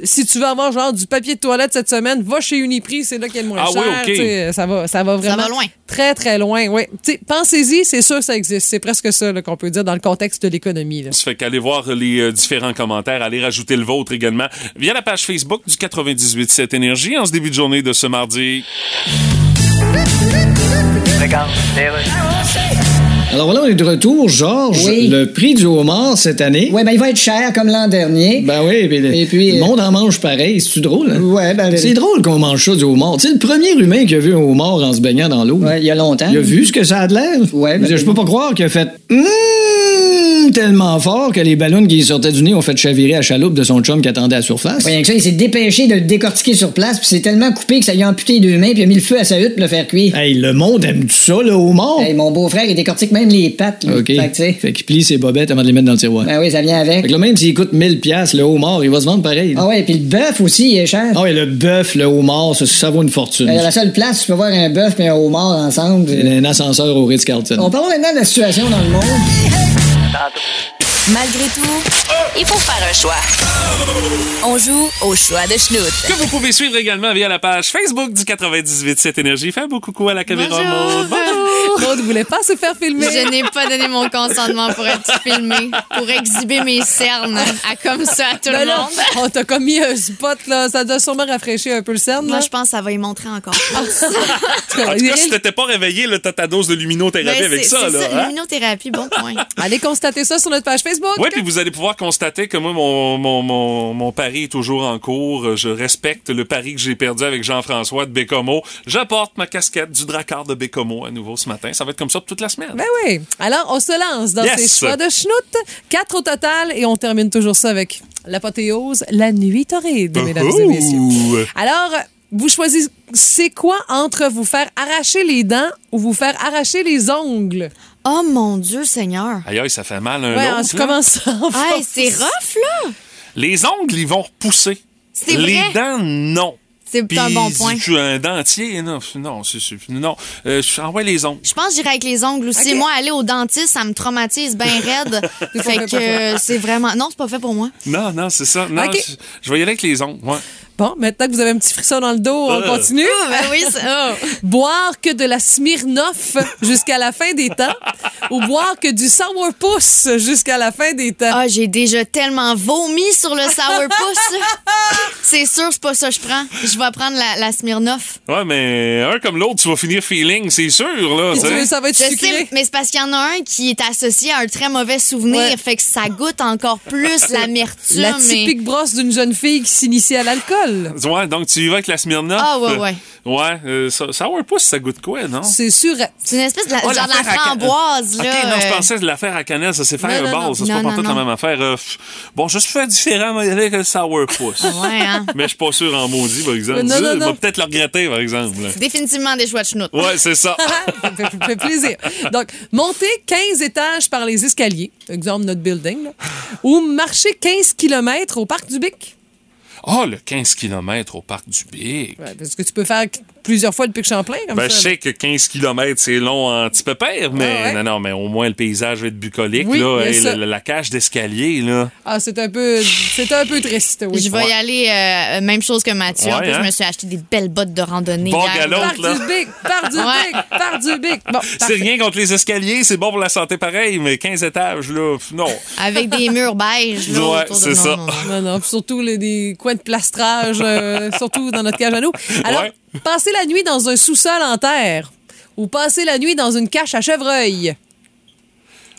si tu veux avoir genre du papier de toilette cette semaine, va chez Uniprix, c'est là qu'il y a le moins
Ah oui,
cher.
OK.
Tu sais, Ça va, ça va vraiment
va loin.
très, très loin. Oui. Tu sais, Pensez-y, c'est sûr que ça existe. C'est presque ça là, qu'on peut dire dans le contexte de l'économie. là.
Ça fait qu'allez voir les euh, différents commentaires, allez rajouter le vôtre également via la page Facebook du 98.7 Énergie en ce début de journée de ce mardi.
Alors voilà, on est de retour, Georges.
Oui.
Le prix du homard cette année.
Ouais, ben il va être cher comme l'an dernier.
Ben oui, ben,
Et puis,
le
euh,
monde en mange pareil. C'est-tu drôle? hein?
Ouais, ben.
C'est drôle qu'on mange ça du homard. Tu sais, le premier humain qui a vu un homard en se baignant dans l'eau.
Ouais, il y a longtemps.
Il a vu ce que ça a de l'air.
Ouais, ben,
Je peux pas croire qu'il a fait Hum tellement fort que les ballons qui sortaient du nez ont fait chavirer à chaloupe de son chum qui attendait à la surface.
ben, Rien que ça, il s'est dépêché de le décortiquer sur place, puis c'est tellement coupé que ça lui a amputé les deux mains, puis il a mis le feu à sa hutte pour le faire cuire.
Hey, le monde aime ça, le homard?
Eh Hey, mon beau-frère, il décortique même les pattes. Là.
OK.
Fait que, tu sais,
Fait qu'il plie ses bobettes avant de les mettre dans le tiroir.
ben oui, ça vient avec.
Fait que là, même s'il coûte 1000 pièces le homard, il va se vendre pareil. là.
Ah ouais, puis le bœuf aussi, il est cher.
Ah ouais, le bœuf, le homard, ça, ça vaut une fortune.
Euh, la seule place, où tu peux voir un bœuf et un homard ensemble.
Il y a un ascenseur au Ritz-Carlton.
On parle maintenant de la situation dans le monde.
Malgré tout, il faut faire un choix. On joue au choix de Schnout.
Que vous pouvez suivre également via la page Facebook du 98.7 Énergie. Fais un beau coucou à la caméra, Maud. Bonjour.
Maud voulait pas se faire filmer.
Je n'ai pas donné mon consentement pour être filmée, pour exhiber mes cernes à comme ça à tout
Ben
le
là,
monde.
on t'a commis un spot, là. Ça doit sûrement rafraîchir un peu le cerne.
Moi,
là.
je pense que ça va y montrer encore.
En tout
Il
cas, si t'étais pas réveillé, là, t'as ta dose de luminothérapie
Ben,
avec
c'est-
ça,
c'est
là. hein?
luminothérapie, bon point.
Allez constater ça sur notre page Facebook.
Oui, puis vous allez pouvoir constater que moi, mon, mon, mon, mon pari est toujours en cours. Euh, Je respecte le pari que j'ai perdu avec Jean-François de Bécomo. J'apporte ma casquette du dracard de Bécomo à nouveau ce matin. Ça va être comme ça toute la semaine.
Ben oui. Alors, on se lance dans
Yes.
ces choix de schnout. Quatre au total et on termine toujours ça avec l'apothéose, la nuit torride, mesdames et messieurs.
Ouh.
Alors, vous choisissez quoi entre vous faire arracher les dents ou vous faire arracher les ongles?
Oh mon Dieu Seigneur!
Aïe, aïe, ça fait mal un hein?
Ouais,
autre,
on se
là.
commence ça en
Hey,
force.
Ah, c'est rough, là!
Les ongles, ils vont repousser.
C'est
Les
vrai.
dents, non.
C'est
Puis,
un bon point.
Je suis un dentier. Non, non, c'est- c'est- non. Euh, je envoie les ongles.
Je pense que j'irai avec les ongles aussi.
Ok.
Moi, aller au dentiste, ça me traumatise bien raide. fait que euh, c'est vraiment. Non, c'est pas fait pour moi.
Non, non, c'est ça. Non,
Ok.
je, je vais y aller avec les ongles. ouais.
Bon, maintenant que vous avez un petit frisson dans le dos, on
Euh.
continue.
Ah, ben oui, c'est- ah.
Boire que de la Smirnoff jusqu'à la fin des temps ou boire que du sourpuss jusqu'à la fin des temps.
Ah, j'ai déjà tellement vomi sur le sourpuss. c'est sûr, c'est pas ça que je prends. Je vais prendre la, la Smirnoff.
Ouais, mais un comme l'autre, tu vas finir feeling, c'est sûr, là.
Puis
tu
tu
sais.
veux, ça va être
Je
sucré.
sais, mais c'est parce qu'il y en a un qui est associé à un très mauvais souvenir.
Ouais.
Fait que ça goûte encore plus l'amertume.
La
mais-
typique brosse d'une jeune fille qui s'initie à l'alcool.
Ouais, donc tu y vas avec la Smirnoff.
Ah, ouais, ouais.
Ouais, euh, ça, sourpuss, ça goûte quoi, non?
C'est sûr.
C'est une espèce de la,
Oh,
genre de la
l'affaire à-
framboise, là.
OK, non, je
euh,
pensais de l'affaire à cannelle, ça c'est faire
non,
un
non,
base, ça c'est
non,
pas
non,
pantoute la
non.
même affaire. Euh, pff, bon, je suis différent, mais avec le sourpuss.
Ouais, hein.
Mais je suis pas sûr en maudit, par exemple.
Non, non,
Je
non.
vais peut-être le regretter, par exemple.
Définitivement des choix de schnout.
Ouais, c'est ça.
ça fait- ça fait plaisir. Donc, monter 15 étages par les escaliers, exemple notre building, là, ou marcher 15 km au parc du Bic.
Oh, le 15 km au parc du Bic.
Ouais, parce que tu peux faire plusieurs fois le Pic Champlain comme
Ben, je
ça.
sais que 15 km, c'est long en petit pépère, mais
Ah ouais.
non, non, mais au moins le paysage va être bucolique,
Oui,
là.
il y a
et
ça.
le- le- la cage d'escalier, là.
Ah, c'est un peu c'est un peu triste, oui.
Je vais y aller, euh, même chose que Mathieu. en
Ouais,
plus,
hein?
je me suis acheté des belles bottes de randonnée.
Bon
hier.
galop.
Parc
là.
du Bic, parc du
Ouais.
Bic, parc du Bic. Bon,
C'est
parfait.
rien contre les escaliers, c'est bon pour la santé pareil, mais 15 étages, là, pff, non.
Avec des murs beige. là,
Ouais,
autour
c'est
de- non,
ça.
non, non.
Non, non, puis surtout les, des coins de plastrage, euh, surtout dans notre cage à nous. Alors,
Ouais.
passer la nuit dans un sous-sol en terre ou passer la nuit dans une cache à chevreuil.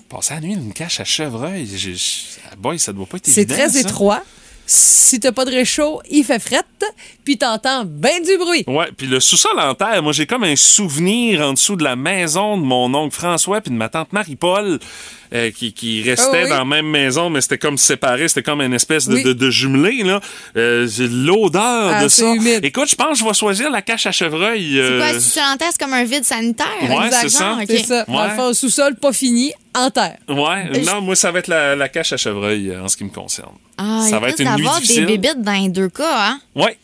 Passer la nuit dans une cache à chevreuil, j'ai- j'ai- ah, boy, ça doit pas être
C'est
évident.
très
ça.
étroit. Si t'as pas de réchaud, il fait frette, puis t'entends ben du bruit.
Ouais, puis le sous-sol en terre, moi j'ai comme un souvenir en dessous de la maison de mon oncle François puis de ma tante Marie-Paul euh, qui, qui restait
Ah oui.
dans la même maison, mais c'était comme séparé, c'était comme une espèce de,
Oui.
de, de jumelé là. Euh, j'ai L'odeur
Ah,
de
c'est
ça.
humide.
Écoute, je pense que je vais choisir la cache à chevreuil.
C'est
euh,
quoi, si tu l'entends, c'est comme un vide sanitaire?
Ouais,
Exact,
c'est ça.
genre, ok.
C'est ça. Dans le
Ouais.
fond, sous-sol pas fini, en terre.
Ouais, non, moi ça va être la, la cache à chevreuil euh, en ce qui me concerne.
Ah,
ça
il
va être
risque
une nuit
d'avoir des
difficile.
bébites dans les deux cas, hein?
Ouais.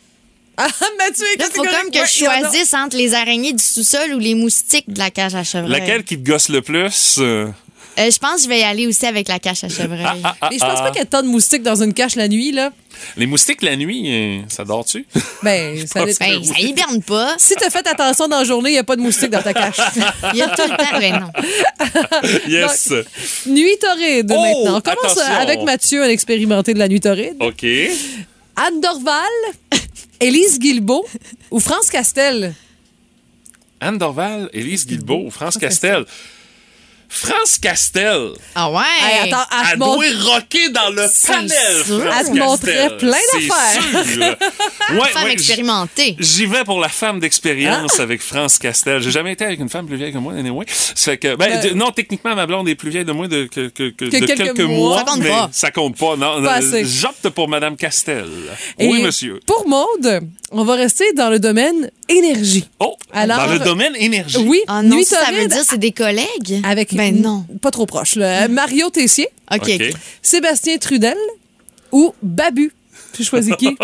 Ah, Mathieu,
Là,
qu'est-ce
faut
c'est
comme
correct?
que
Ouais,
je
il y en a.
choisisse entre les araignées du sous-sol ou les moustiques de la cage à chevreuil.
Laquelle qui te gosse le plus euh,
Euh, je pense que je vais y aller aussi avec la cage à Ben, chevreuil.
Ah,
Mais je pense pas qu'il y a tant de moustiques dans une cache la nuit, là.
Les moustiques la nuit, euh, ça dort-tu
Ben, ça
pense
dépend.
Ben, ça hiberne pas.
Si t'as fait attention dans la journée, il n'y a pas de moustiques dans ta cache.
Il y a tout le temps. Ben non.
Yes.
nuit torride
Oh,
maintenant. On commence
attention.
avec Mathieu, un expérimenté de la nuit torride.
OK.
Anne Dorval, Élise Guilbeault ou France Castel?
Anne Dorval, Élise Guilbeault, France Castel. France Castel,
Ah ouais?
Hey, attends, elle te
elle
montre-
doit rocker dans le
C'est
panel.
sûr.
France
Elle te montrait
Castel.
plein
C'est
d'affaires.
sûr. Ouais,
Femme
ouais,
expérimentée.
J'y vais pour la femme d'expérience
Ah!
avec France Castel. J'ai jamais été avec une femme plus vieille que moi, anyway. Ça fait que, ben,
Euh,
de- non, techniquement, ma blonde est plus vieille de moi de, que, que- que-
Que
de
quelques
quelques,
mois.
mois.
Ça compte
mais
pas.
Ça compte pas, non.
Pas
Euh,
assez.
J'opte pour Madame Castel.
Et
oui, monsieur.
Pour Maude, on va rester dans le domaine énergie.
Oh, dans le domaine énergie.
Oui,
Ah non,
Nuit
ça, ça veut
Torride,
dire c'est des collègues.
Avec
Ben non. Mm.
Pas trop proche. là. Mario Tessier.
OK. OK.
Sébastien Trudel ou Babu. Tu choisis qui?
OK.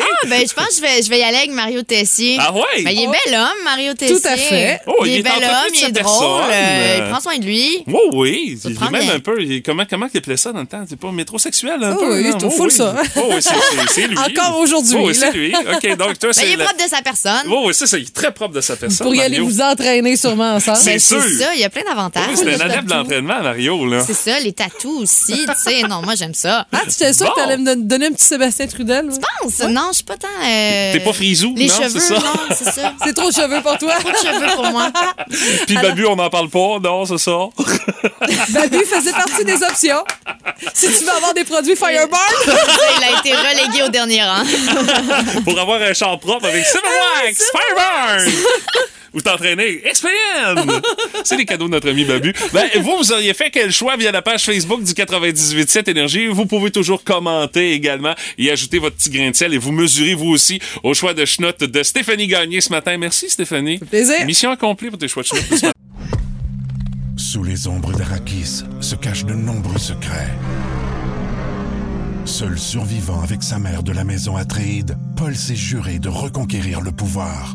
Ah, ben, je pense que je vais, je vais y aller avec Mario Tessier.
Ah ouais?
Ben, il est
Oh.
bel homme, Mario Tessier.
à fait.
Oh,
il,
il
est
est
bel
entretenu
homme,
de
il
sa
est drôle.
personne.
euh, il prend soin de lui.
Oui, oui. Il
prend
est même
bien.
un peu. il est- comment, comment il appelait ça dans le temps? C'est pas métrosexuel, un
Oh,
peu?
oui,
non?
c'est full
oui.
ça.
Oh, oui, c'est- c'est c'est lui.
Encore aujourd'hui,
Oh, oui,
là.
c'est lui. OK, donc toi,
Ben, il
c'est.
est
la-
propre de sa personne.
Oh, oui, c'est ça. Il est très propre de sa
Vous
personne.
pourriez aller
Mario.
vous entraîner sûrement ensemble.
C'est
Ben, c'est
sûr.
ça, il y a plein
Oui,
d'avantages.
c'est un
Le
adepte
tatou.
d'entraînement, Mario, là.
C'est ça, les tatous aussi, tu sais. Non, moi, j'aime ça.
Ah, tu t'es sûr que
Bon.
t'allais me don- donner un petit Sébastien Trudel? Je
pense. Non, je suis pas tant. euh,
T'es pas frisou,
Les
non, c'est
cheveux,
ça?
non, c'est ça.
C'est trop de cheveux pour toi.
Trop de cheveux pour moi.
Puis Babu, on n'en parle pas, non, c'est ça.
Babu faisait partie des options. Si tu veux avoir des produits Fireball.
il a été relégué au dernier rang.
Pour avoir un char propre avec Silverwax, Fireburn! Ou t'entraîner. Expérience! C'est les cadeaux de notre ami Babu. Ben, vous, vous auriez fait quel choix via la page Facebook du 98.7 Énergie. Vous pouvez toujours commenter également et ajouter votre petit grain de sel et vous mesurez vous aussi au choix de schnotte de Stéphanie Gagné ce matin. Merci Stéphanie.
plaisir.
Mission accomplie pour tes choix de schnotte de ce matin.
Sous les ombres d'Arakis se cachent de nombreux secrets. Seul survivant avec sa mère de la maison Atréide, Paul s'est juré de reconquérir le pouvoir.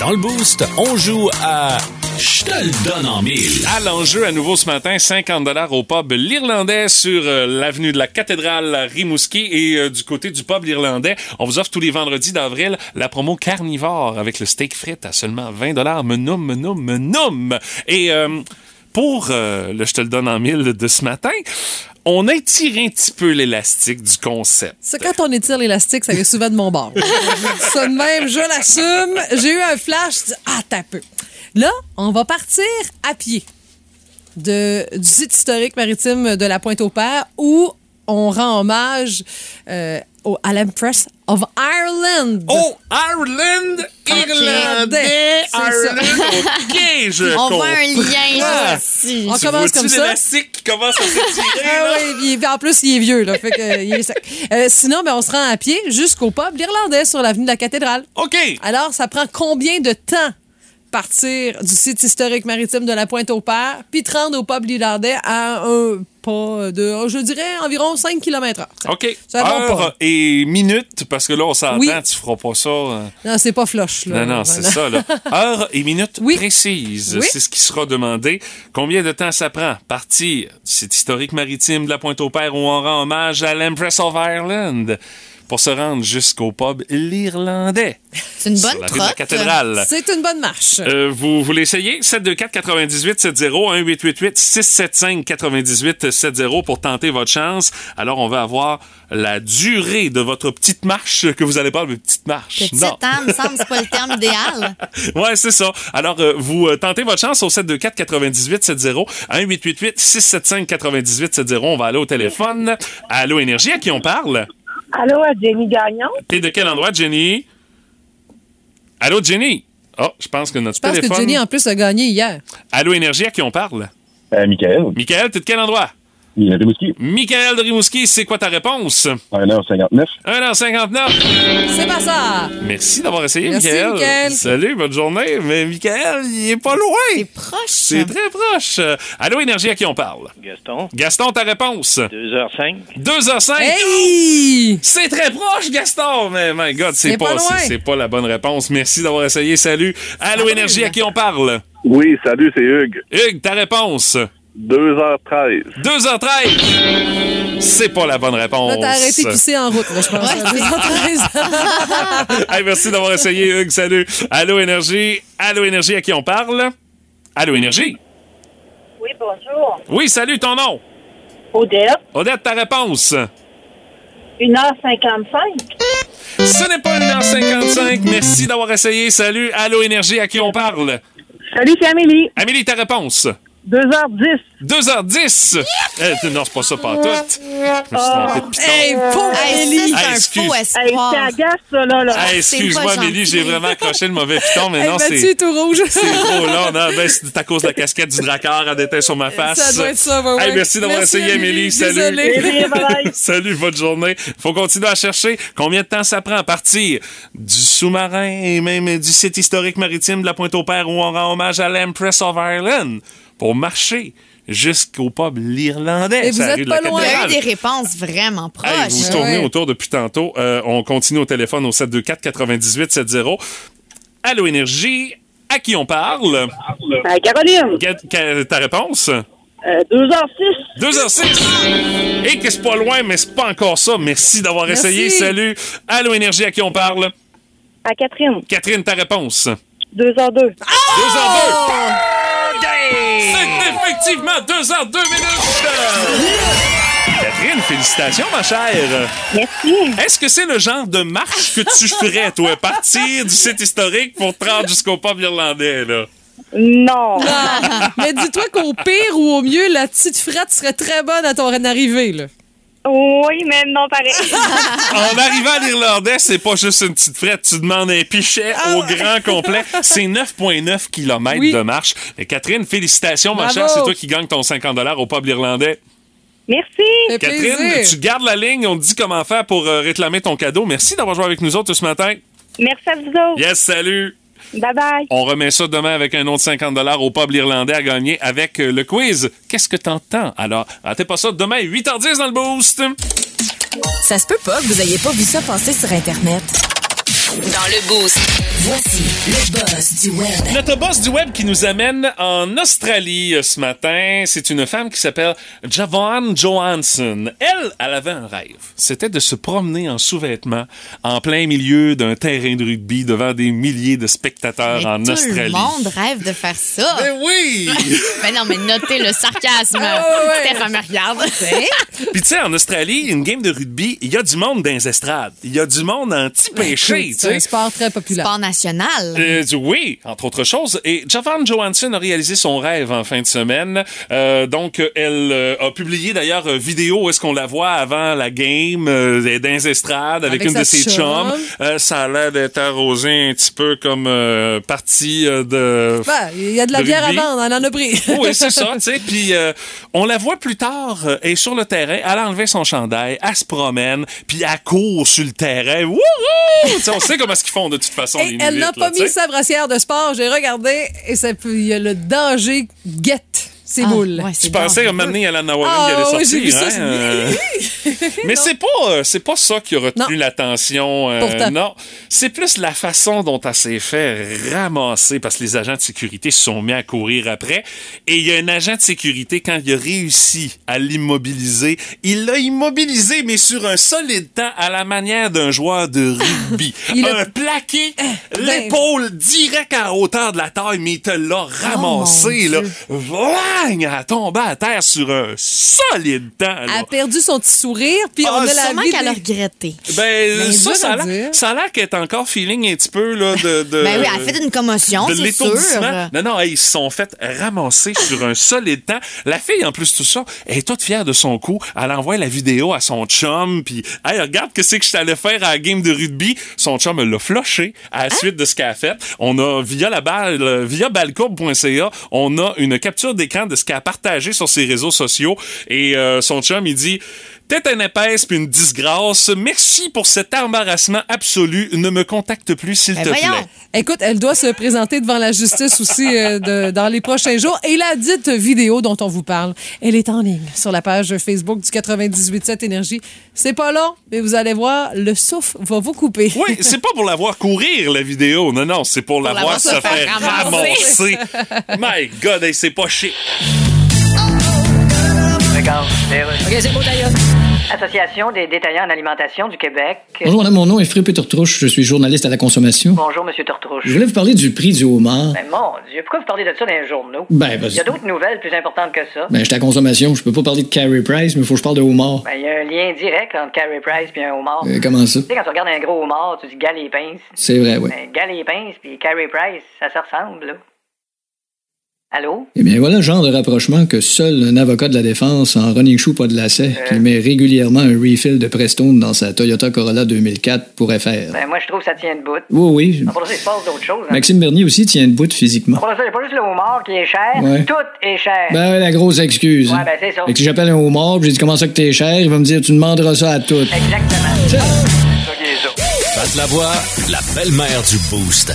Dans le boost, on joue à Je te le donne en mille.
À l'enjeu à nouveau ce matin, 50 au pub l'Irlandais sur euh, l'avenue de la Cathédrale à Rimouski et euh, du côté du pub l'Irlandais, on vous offre tous les vendredis d'avril la promo carnivore avec le steak frites à seulement 20 dollars. Menoum, menoum, menoum. Et euh, pour euh, le je te le donne en mille de ce matin, on a étiré un petit peu l'élastique du concept.
Ça, quand on étire l'élastique, ça vient souvent de mon bord. ça de même, je l'assume. J'ai eu un flash, je dis, ah, t'as peu. Là, on va partir à pied de, du site historique maritime de la Pointe-au-Père où on rend hommage euh, au, à l'Empress of Ireland.
Oh, Ireland, Irlandais,
C'est ça.
Ireland, ok, je
On voit
comprends. Ah!
un lien ici. On commence comme
vois-tu
ça.
l'élastique qui commence à s'étirer,
Ah
là?
oui, puis- puis en plus, il est vieux, là. Fait que, euh, il est sec. Euh, sinon, ben, on se rend à pied jusqu'au pub l'Irlandais sur l'avenue de la Cathédrale.
OK.
Alors, ça prend combien de temps partir du site historique maritime de la Pointe-au-Père, puis te rendre au pub l'Irlandais à un pas de, je dirais, environ 5 km heure?
OK.
Ah, Ça va
Heure
pas.
et minute, parce que là, on s'entend,
Oui.
tu feras pas ça. euh,
Non, c'est pas floche, là.
Non, non, c'est
Voilà.
ça. Là. Heure et minute précise,
Oui.
c'est ce qui sera demandé. Combien de temps ça prend partir du site historique maritime de la Pointe-au-Père où on rend hommage à l'Empress of Ireland pour se rendre jusqu'au pub l'Irlandais?
C'est une bonne
Sur la rue de la
trotte.
cathédrale.
C'est une bonne marche.
Euh, vous voulez essayer? 724-9870-1888-675-9870 pour tenter votre chance. Alors, on va avoir la durée de votre petite marche que vous allez pas de petite marche.
Petite,
non.
hein, me semble, c'est pas le terme idéal.
Ouais, c'est ça. Alors, euh, vous euh, tentez votre chance au 724-9870, 1-888-675-9870. On va aller au téléphone. Allô, Énergie, à qui on parle?
Allô, à Jenny Gagnon?
T'es de quel endroit, Jenny? Allô, Jenny? Oh, je pense que notre
Je pense
téléphone...
que Jenny, en plus, a gagné hier.
Allô Énergie, à qui on parle?
Michael.
Michael, t'es de quel endroit?
Il est de Rimouski.
Michael de Rimouski, c'est quoi ta réponse?
1h59.
1h59.
C'est pas ça!
Merci d'avoir essayé,
Merci,
Michael.
Michael.
Salut, bonne journée. Mais Michael, il est pas loin. C'est
proche.
C'est très proche. Euh, Allô Énergie, à qui on parle?
Gaston.
Gaston, ta réponse?
2h05.
2h05.
Hey!
C'est très proche, Gaston! Mais my God, c'est
C'est
pas,
pas loin.
c'est- c'est pas la bonne réponse. Merci d'avoir essayé. Salut.
Ah
Allô Énergie, à qui on parle?
Oui, salut, c'est Hugues.
Hugues, ta réponse?
2h13.
2h13. C'est pas la bonne réponse.
Là, t'as arrêté de pisser en route, là, je pense.
Hey, merci d'avoir essayé, Hugues. Salut. Allô, Énergie. Allô, Énergie, à qui on parle? Allô, Énergie.
Oui, bonjour.
Oui, salut, ton nom?
Odette,
Odette, ta réponse.
1h55.
Ce n'est pas 1h55. Merci d'avoir essayé. Salut. Allô Énergie, à qui on parle?
Salut, c'est Amélie.
Amélie, ta réponse.
2h10.
2h10. Eh, non, c'est pas ça, pas tout. Je me suis
Ah.
trompé de piton.
Hey, pauvre
Amélie. Hey, excuse.
Hey, c'est agace, ça, là. là.
Ah, excuse-moi, Amélie, j'ai vraiment accroché le mauvais piton, mais
Hey,
non,
Mathieu
c'est.
est tout rouge.
C'est trop long, non? Ben, c'est à cause de la casquette du dracard à déteint sur ma face.
Ça doit être ça, ouais, ouais.
Hey, merci d'avoir
Merci,
essayé, Amélie.
Amélie.
Salut.
Désolée. Bye-bye.
Salut, bonne journée. Faut continuer à chercher combien de temps ça prend à partir du sous-marin et même du site historique maritime de la Pointe-au-Père où on rend hommage à l'Empress of Ireland pour marcher jusqu'au pub l'Irlandais.
Et vous
sur la rue
êtes
de la
pas loin. Il y a eu
Cathédrale.
des réponses vraiment proches.
Hey, vous tournez autour depuis tantôt. Euh, on continue au téléphone au 724 98 70. Allô Énergie, à qui on parle?
Caroline.
ta réponse?
2h06.
2h06. Et que c'est pas loin, mais c'est pas encore ça. Merci d'avoir
Merci.
essayé. Salut. Allô Énergie, à qui on parle?
À Catherine.
Catherine, ta réponse?
2h02.
2h02.
Ah!
C'est effectivement 2h02 minutes. Catherine, félicitations, ma chère.
Merci.
Est-ce que c'est le genre de marche que tu ferais, toi, partir du site historique pour te rendre jusqu'au pub irlandais, là?
Non.
Mais dis-toi qu'au pire ou au mieux, la petite frette serait très bonne à ton arrivée. Là.
Oui, mais non, pareil.
En arrivant à l'Irlandais, c'est pas juste une petite frette. Tu demandes un pichet au grand complet. C'est 9,9 km de marche. Mais Catherine, félicitations, ma
Bravo.
chère. C'est toi qui gagne ton 50 au pub irlandais.
Merci.
Catherine, tu gardes la ligne. On te dit comment faire pour euh, réclamer ton cadeau. Merci d'avoir joué avec nous autres ce matin.
Merci à vous autres.
Yes, salut.
Bye-bye.
On remet ça demain avec un autre 50 au pub irlandais à gagner avec euh, le quiz. Qu'est-ce que t'entends? Alors, ratez pas ça demain, 8h10 dans le boost.
Ça se peut pas que vous ayez pas vu ça passer sur Internet.
Dans le boost. Voici le boss du web.
Notre boss du web qui nous amène en Australie euh, ce matin, c'est une femme qui s'appelle Javon Johansson. Elle, elle avait un rêve. C'était de se promener en sous-vêtements en plein milieu d'un terrain de rugby devant des milliers de spectateurs
Mais
en
tout le
Australie. Eh
monde rêve de faire ça. Mais
oui!
mais non, mais notez le sarcasme.
Ah, ouais, ouais.
Steph, elle me regarde.
Puis tu sais, en Australie, une game de rugby, il y a du monde dans les estrades. Il y a du monde en petit
Ben,
pêché, tu
C'est un
sais.
sport très populaire.
Sport national.
Euh, du- oui, entre autres choses. Et Javan Johansson a réalisé son rêve en fin de semaine. Euh, donc, euh, elle euh, a publié d'ailleurs euh, vidéo où est-ce qu'on la voit avant la game euh, dans les estrades avec,
Avec
une de
sa
ses chums.
chum.
Euh, ça a l'air d'être arrosé un petit peu comme euh, partie euh, de...
Ben, Il y a de la
de
bière à
rugby. Oh,
vendre, on en a pris.
Oui, c'est ça, tu sais. Puis euh, on la voit plus tard, euh, elle est sur le terrain, elle a enlevé son chandail, elle se promène, puis elle court sur le terrain. Wouhou! Tu sais, on sait comment est-ce qu'ils font de toute façon. les
Et elle
Inuits,
n'a
là,
pas
tu sais.
mis sa brassière de sport, j'ai regardé, et ça peut- il y a le danger guette
Ah,
ses boules.
Tu pensais à m'amener à la Nawarin
Ah,
qui allait
oui,
sortir.
j'ai vu ça,
hein,
c'est-
euh, Mais c'est pas, euh, c'est pas ça qui a retenu l'attention. euh,
Pourtant.
non, c'est plus la façon dont elle s'est fait ramasser parce que les agents de sécurité se sont mis à courir après. Et il y a un agent de sécurité, quand il a réussi à l'immobiliser, il l'a immobilisé, mais sur un solide temps à la manière d'un joueur de rugby.
Il
un
a-
Eh,
plaqué
ben
l'épaule direct à la hauteur de la taille, mais il te l'a
Oh,
ramassé, là. Vlang! Elle a tombé à terre sur un solide temps, là.
Elle a perdu son petit sourire, puis
Ah,
on a la
sûrement
vie
qu'elle a
des-
regretté.
Ben,
Ben,
ça,
dur
ça
à
a l'air-
dire.
ça a l'air qu'elle est encore feeling un petit peu, là, de. de
Ben oui, elle a fait une commotion,
de
c'est sûr.
l'étourdissement. Non, non, hey, ils se sont fait ramasser sur un solide temps. La fille, en plus, tout ça, elle est toute fière de son coup. Elle envoie la vidéo à son chum, puis hey, regarde que c'est que je t'allais faire à la game de rugby. Son chum elle l'a floché à
Hein?
la suite de ce qu'elle a fait. On a, via la balle, euh, via balcourbe.ca, on a une capture d'écran de ce qu'elle a partagé sur ses réseaux sociaux. Et euh, son chum, il dit Tête un épaisse puis une disgrâce. Merci pour cet embarrassement absolu. Ne me contacte plus, s'il
Ben
te plaît.
Écoute, elle doit se présenter devant la justice aussi euh, de- dans les prochains jours. Et la dite vidéo dont on vous parle, elle est en ligne sur la page Facebook du 98.7 Énergie. C'est pas long, mais vous allez voir, le souffle va vous couper.
Oui, c'est pas pour la voir courir, la vidéo. Non, non, c'est pour, la
la voir
voir se faire ramasser. My God, hey, c'est pas chic.
Regarde, Ok, c'est beau d'ailleurs.
Association des détaillants en alimentation du Québec.
Bonjour, madame, mon nom est Frippé Turtrouche. Je suis journaliste à la consommation.
Bonjour, Monsieur Tortrouche.
Je voulais vous parler du prix du homard.
Ben, mon Dieu, pourquoi vous parlez de ça dans les journaux?
Hein? Ben, parce-
Il y a d'autres nouvelles plus importantes que ça.
Ben, j'étais à la consommation. Je peux pas parler de Carrie Price, mais il faut que je parle de homard.
Ben, il y a un lien direct entre Carrie Price et un homard.
Euh, comment ça?
Tu sais, quand tu regardes un gros homard, tu dis gars les pinces.
C'est vrai, ouais.
Ben, gars les pinces puis Carrie Price, ça se ressemble, là. Allô?
Eh bien, voilà le genre de rapprochement que seul un avocat de la défense en running shoe pas de lacet, qui met régulièrement un refill de Prestone dans sa Toyota Corolla 2004, pourrait faire.
Ben, moi, je trouve que ça tient debout.
Oh Oui,
Ah.
oui.
Après ça, il se passe d'autres choses. hein.
Maxime Bernier aussi tient le bout physiquement.
Après ça, il n'y a pas juste le homard qui est cher.
Ouais.
Tout est cher.
Ben, la grosse excuse.
Ouais, ben, c'est ça.
Fait que si j'appelle un homard, puis j'ai dit comment ça que t'es cher, il va me dire tu demanderas ça à tout.
Passe la voix, la belle-mère du Boost.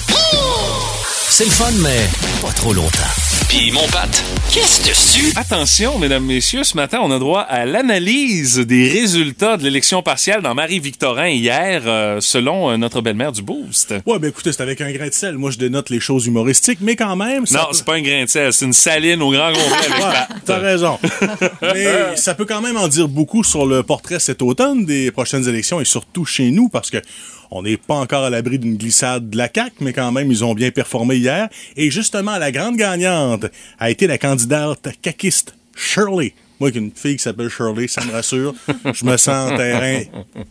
C'est le fun, mais pas trop longtemps. Puis mon pâte, qu'est-ce dessus?
Attention, mesdames, messieurs, ce matin, on a droit à l'analyse des résultats de l'élection partielle dans Marie-Victorin hier, euh, selon euh, notre belle-mère du Boost.
Ouais, ben écoutez, c'est avec un grain de sel. Moi, je dénote les choses humoristiques, mais quand même. ça
Non, c'est pas un grain de sel, c'est une saline au grand complet avec
Ouais,
pâte.
T'as raison. Mais ça peut quand même en dire beaucoup sur le portrait cet automne des prochaines élections et surtout chez nous parce que on n'est pas encore à l'abri d'une glissade de la CAQ, mais quand même, ils ont bien performé hier. Et justement, la grande gagnante a été la candidate caquiste Shirley. Moi, qu'une fille qui s'appelle Shirley, ça me rassure. Je me sens en terrain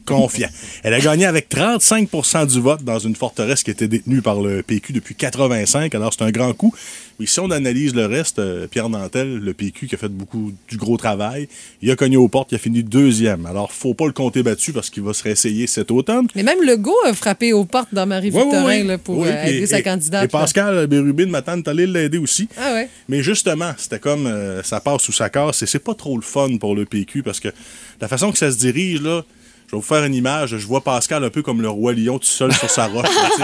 confiant. Elle a gagné avec 35 du vote dans une forteresse qui était détenue par le PQ depuis 85. Alors, c'est un grand coup. Mais si on analyse le reste, euh, Pierre Nantel, le PQ qui a fait beaucoup du gros travail, il a cogné aux portes, il a fini deuxième. Alors, faut pas le compter battu parce qu'il va se réessayer cet automne.
Mais même Legault a frappé aux portes dans
Ouais,
Marie-Victorin
ouais, ouais.
là, pour
Oui,
euh,
puis-
aider sa
et-
candidate.
Et Pascal Bérubé de Matane, t'es allé l'aider aussi.
là. Ah ouais.
Mais justement, c'était comme euh, ça passe ou ça casse et c'est pas trop le fun pour le PQ parce que la façon que ça se dirige, là, je vais vous faire une image. Je vois Pascal un peu comme le roi lion tout seul sur sa roche là, tu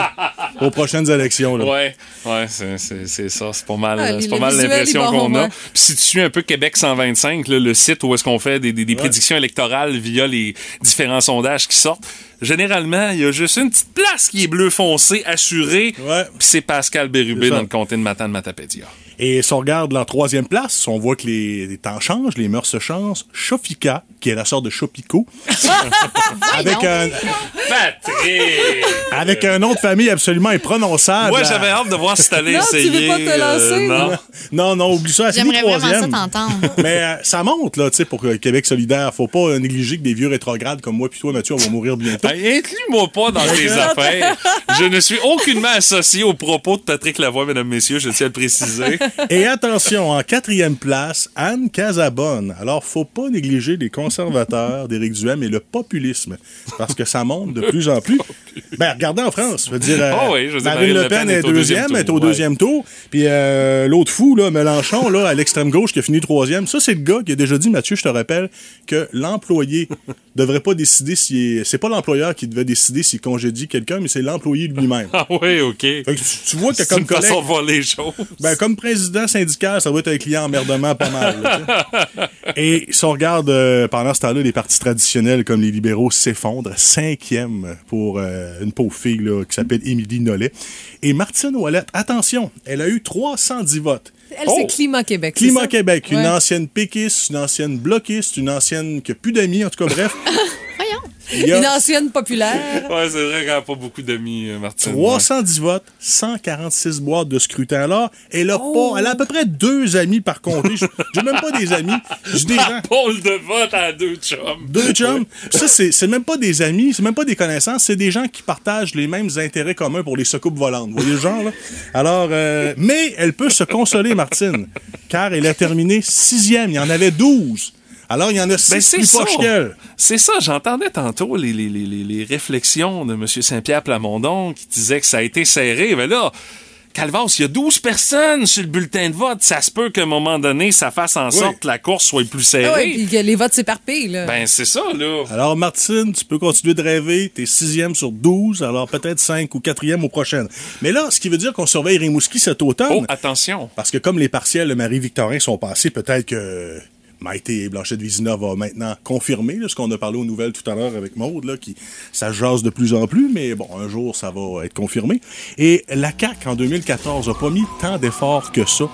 sais, aux prochaines élections. Là.
Ouais, ouais, c'est- c'est c'est ça. C'est pas mal,
Ah,
c'est
le
pas mal
visuel, il
l'impression
barre
qu'on
au
a.
moins.
Puis si tu suis un peu Québec 125, là, le site où est-ce qu'on fait des, des- des prédictions électorales via les différents sondages qui sortent, généralement, il y a juste une petite place qui est bleu foncé, assurée. Puis c'est Pascal Bérubé
C'est ça.
dans le comté de Matane Matapédia.
Et si on regarde en troisième place, on voit que les, les temps changent, les mœurs se changent. Chofika, qui est la sorte de Chopico, avec un,
Patrick!
avec un nom de famille absolument imprononçable.
Ouais, Ah, j'avais hâte de voir si t'allais Non, tu veux essayer, pas te lancer, euh, non.
non. non, non, oublie ça. elle finit
J'aimerais vraiment ça
troisième.
t'entendre.
Mais euh, ça monte, là, tu sais, pour euh, Québec solidaire. Faut pas euh, négliger que des vieux rétrogrades comme moi puis toi, Mathieu, on va mourir bientôt.
Hey, Ben, Inclus-moi pas dans tes affaires. Je ne suis aucunement associé aux propos de Patrick Lavoie, mesdames, messieurs, je tiens à le préciser.
Et attention, en quatrième place, Anne Casabonne. Alors, faut pas négliger les conservateurs d'Éric Duhem et le populisme, parce que ça monte de plus en plus. Ben, regardez en France, je veux dire, euh,
Ah oui, je veux dire,
Marine Le Pen est,
au deuxième
deuxième, est
tour,
au
ouais.
deuxième tour, puis euh, l'autre fou, là, Mélenchon, là, à l'extrême gauche, qui a fini troisième. Ça, c'est le gars qui a déjà dit, Mathieu, je te rappelle, que l'employé devrait pas décider si... C'est pas l'employeur qui devait décider s'il congédie quelqu'un, mais c'est l'employé lui-même.
Ah oui, OK.
tu vois que
C'est
comme
une façon
collègue-
de voir les choses.
ben, comme président syndical, ça doit être un client emmerdement pas mal. là, tu sais. Et si on regarde euh, pendant ce temps-là, les partis traditionnels comme les libéraux s'effondrent. Cinquième pour euh, une pauvre fille là, qui s'appelle Émilie Nollet. Et Martine Ouellette, attention, elle a eu 310 votes.
Elle,
Oh!
c'est Climat Québec. c'est
Climat
ça?
Québec, une
Ouais.
ancienne péquiste, une ancienne bloquiste, une ancienne qui a plus d'amis, en tout cas, bref. Il y a-
Une ancienne populaire.
Ouais, c'est vrai qu'elle n'a pas beaucoup d'amis, euh, Martine.
310 votes, 146 boîtes de scrutin. Alors, elle a,
Oh.
pas, elle a à peu près deux amis par comté. Je j'ai même pas des amis. J'ai des gens. Ben,
La pôle de vote à deux chums.
Deux chums. Ça, c'est c'est même pas des amis, c'est même pas des connaissances, c'est des gens qui partagent les mêmes intérêts communs pour les secoupes volantes. Vous voyez le genre, là? Alors, euh, mais elle peut se consoler, Martine, car elle a terminé sixième. Il y en avait 12. Alors, il y en a six
Ben, c'est
plus
ça.
poches qu'elle.
C'est ça, j'entendais tantôt les, les, les, les- les réflexions de M. Saint-Pierre Plamondon qui disait que ça a été serré. Mais là, Calvas, il y a 12 personnes sur le bulletin de vote. Ça se peut qu'à un moment donné, ça fasse en sorte que la course soit plus
Eh
Ah ouais,
serrée.
puis que les votes s'éparpillent. là.
Ben, c'est ça, là.
Alors, Martine, tu peux continuer de rêver. T'es sixième sur 12, alors peut-être cinq ou quatrième aux prochaines. Mais là, ce qui veut dire qu'on surveille Rimouski cet automne.
Oh, attention.
Parce que comme les partiels de Marie-Victorin sont passés, peut-être que Maïté et Blanchette Vizina va maintenant confirmer là, ce qu'on a parlé aux nouvelles tout à l'heure avec Maude, là, qui ça jase de plus en plus, mais bon, un jour, ça va être confirmé. Et la CAQ, en 2014, a pas mis tant d'efforts que ça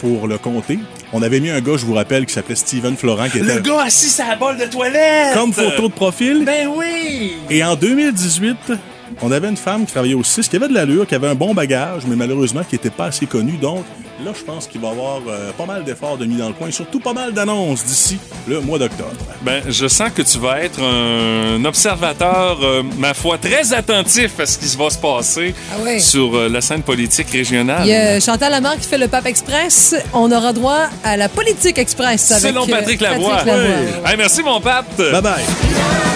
pour le compter. On avait mis un gars, je vous rappelle, qui s'appelait Steven Florent, qui était
Le gars assis sur la balle de toilette!
comme photo de profil.
Ben oui!
Et en 2018, on avait une femme qui travaillait au 6, qui avait de l'allure, qui avait un bon bagage, mais malheureusement qui n'était pas assez connue. Donc là, je pense qu'il va y avoir euh, pas mal d'efforts de mis dans le coin, et surtout pas mal d'annonces d'ici le mois d'octobre.
Ben, je sens que tu vas être un observateur, euh, ma foi, très attentif à ce qui va se passer
Ah ouais.
sur euh, la scène politique régionale.
Il y a Chantal Lamar qui fait le Pape Express. On aura droit à la politique express avec
Selon
euh,
Patrick Lavoie.
Patrick Lavoie.
Ben,
Hey, merci, mon Pat.
Bye bye.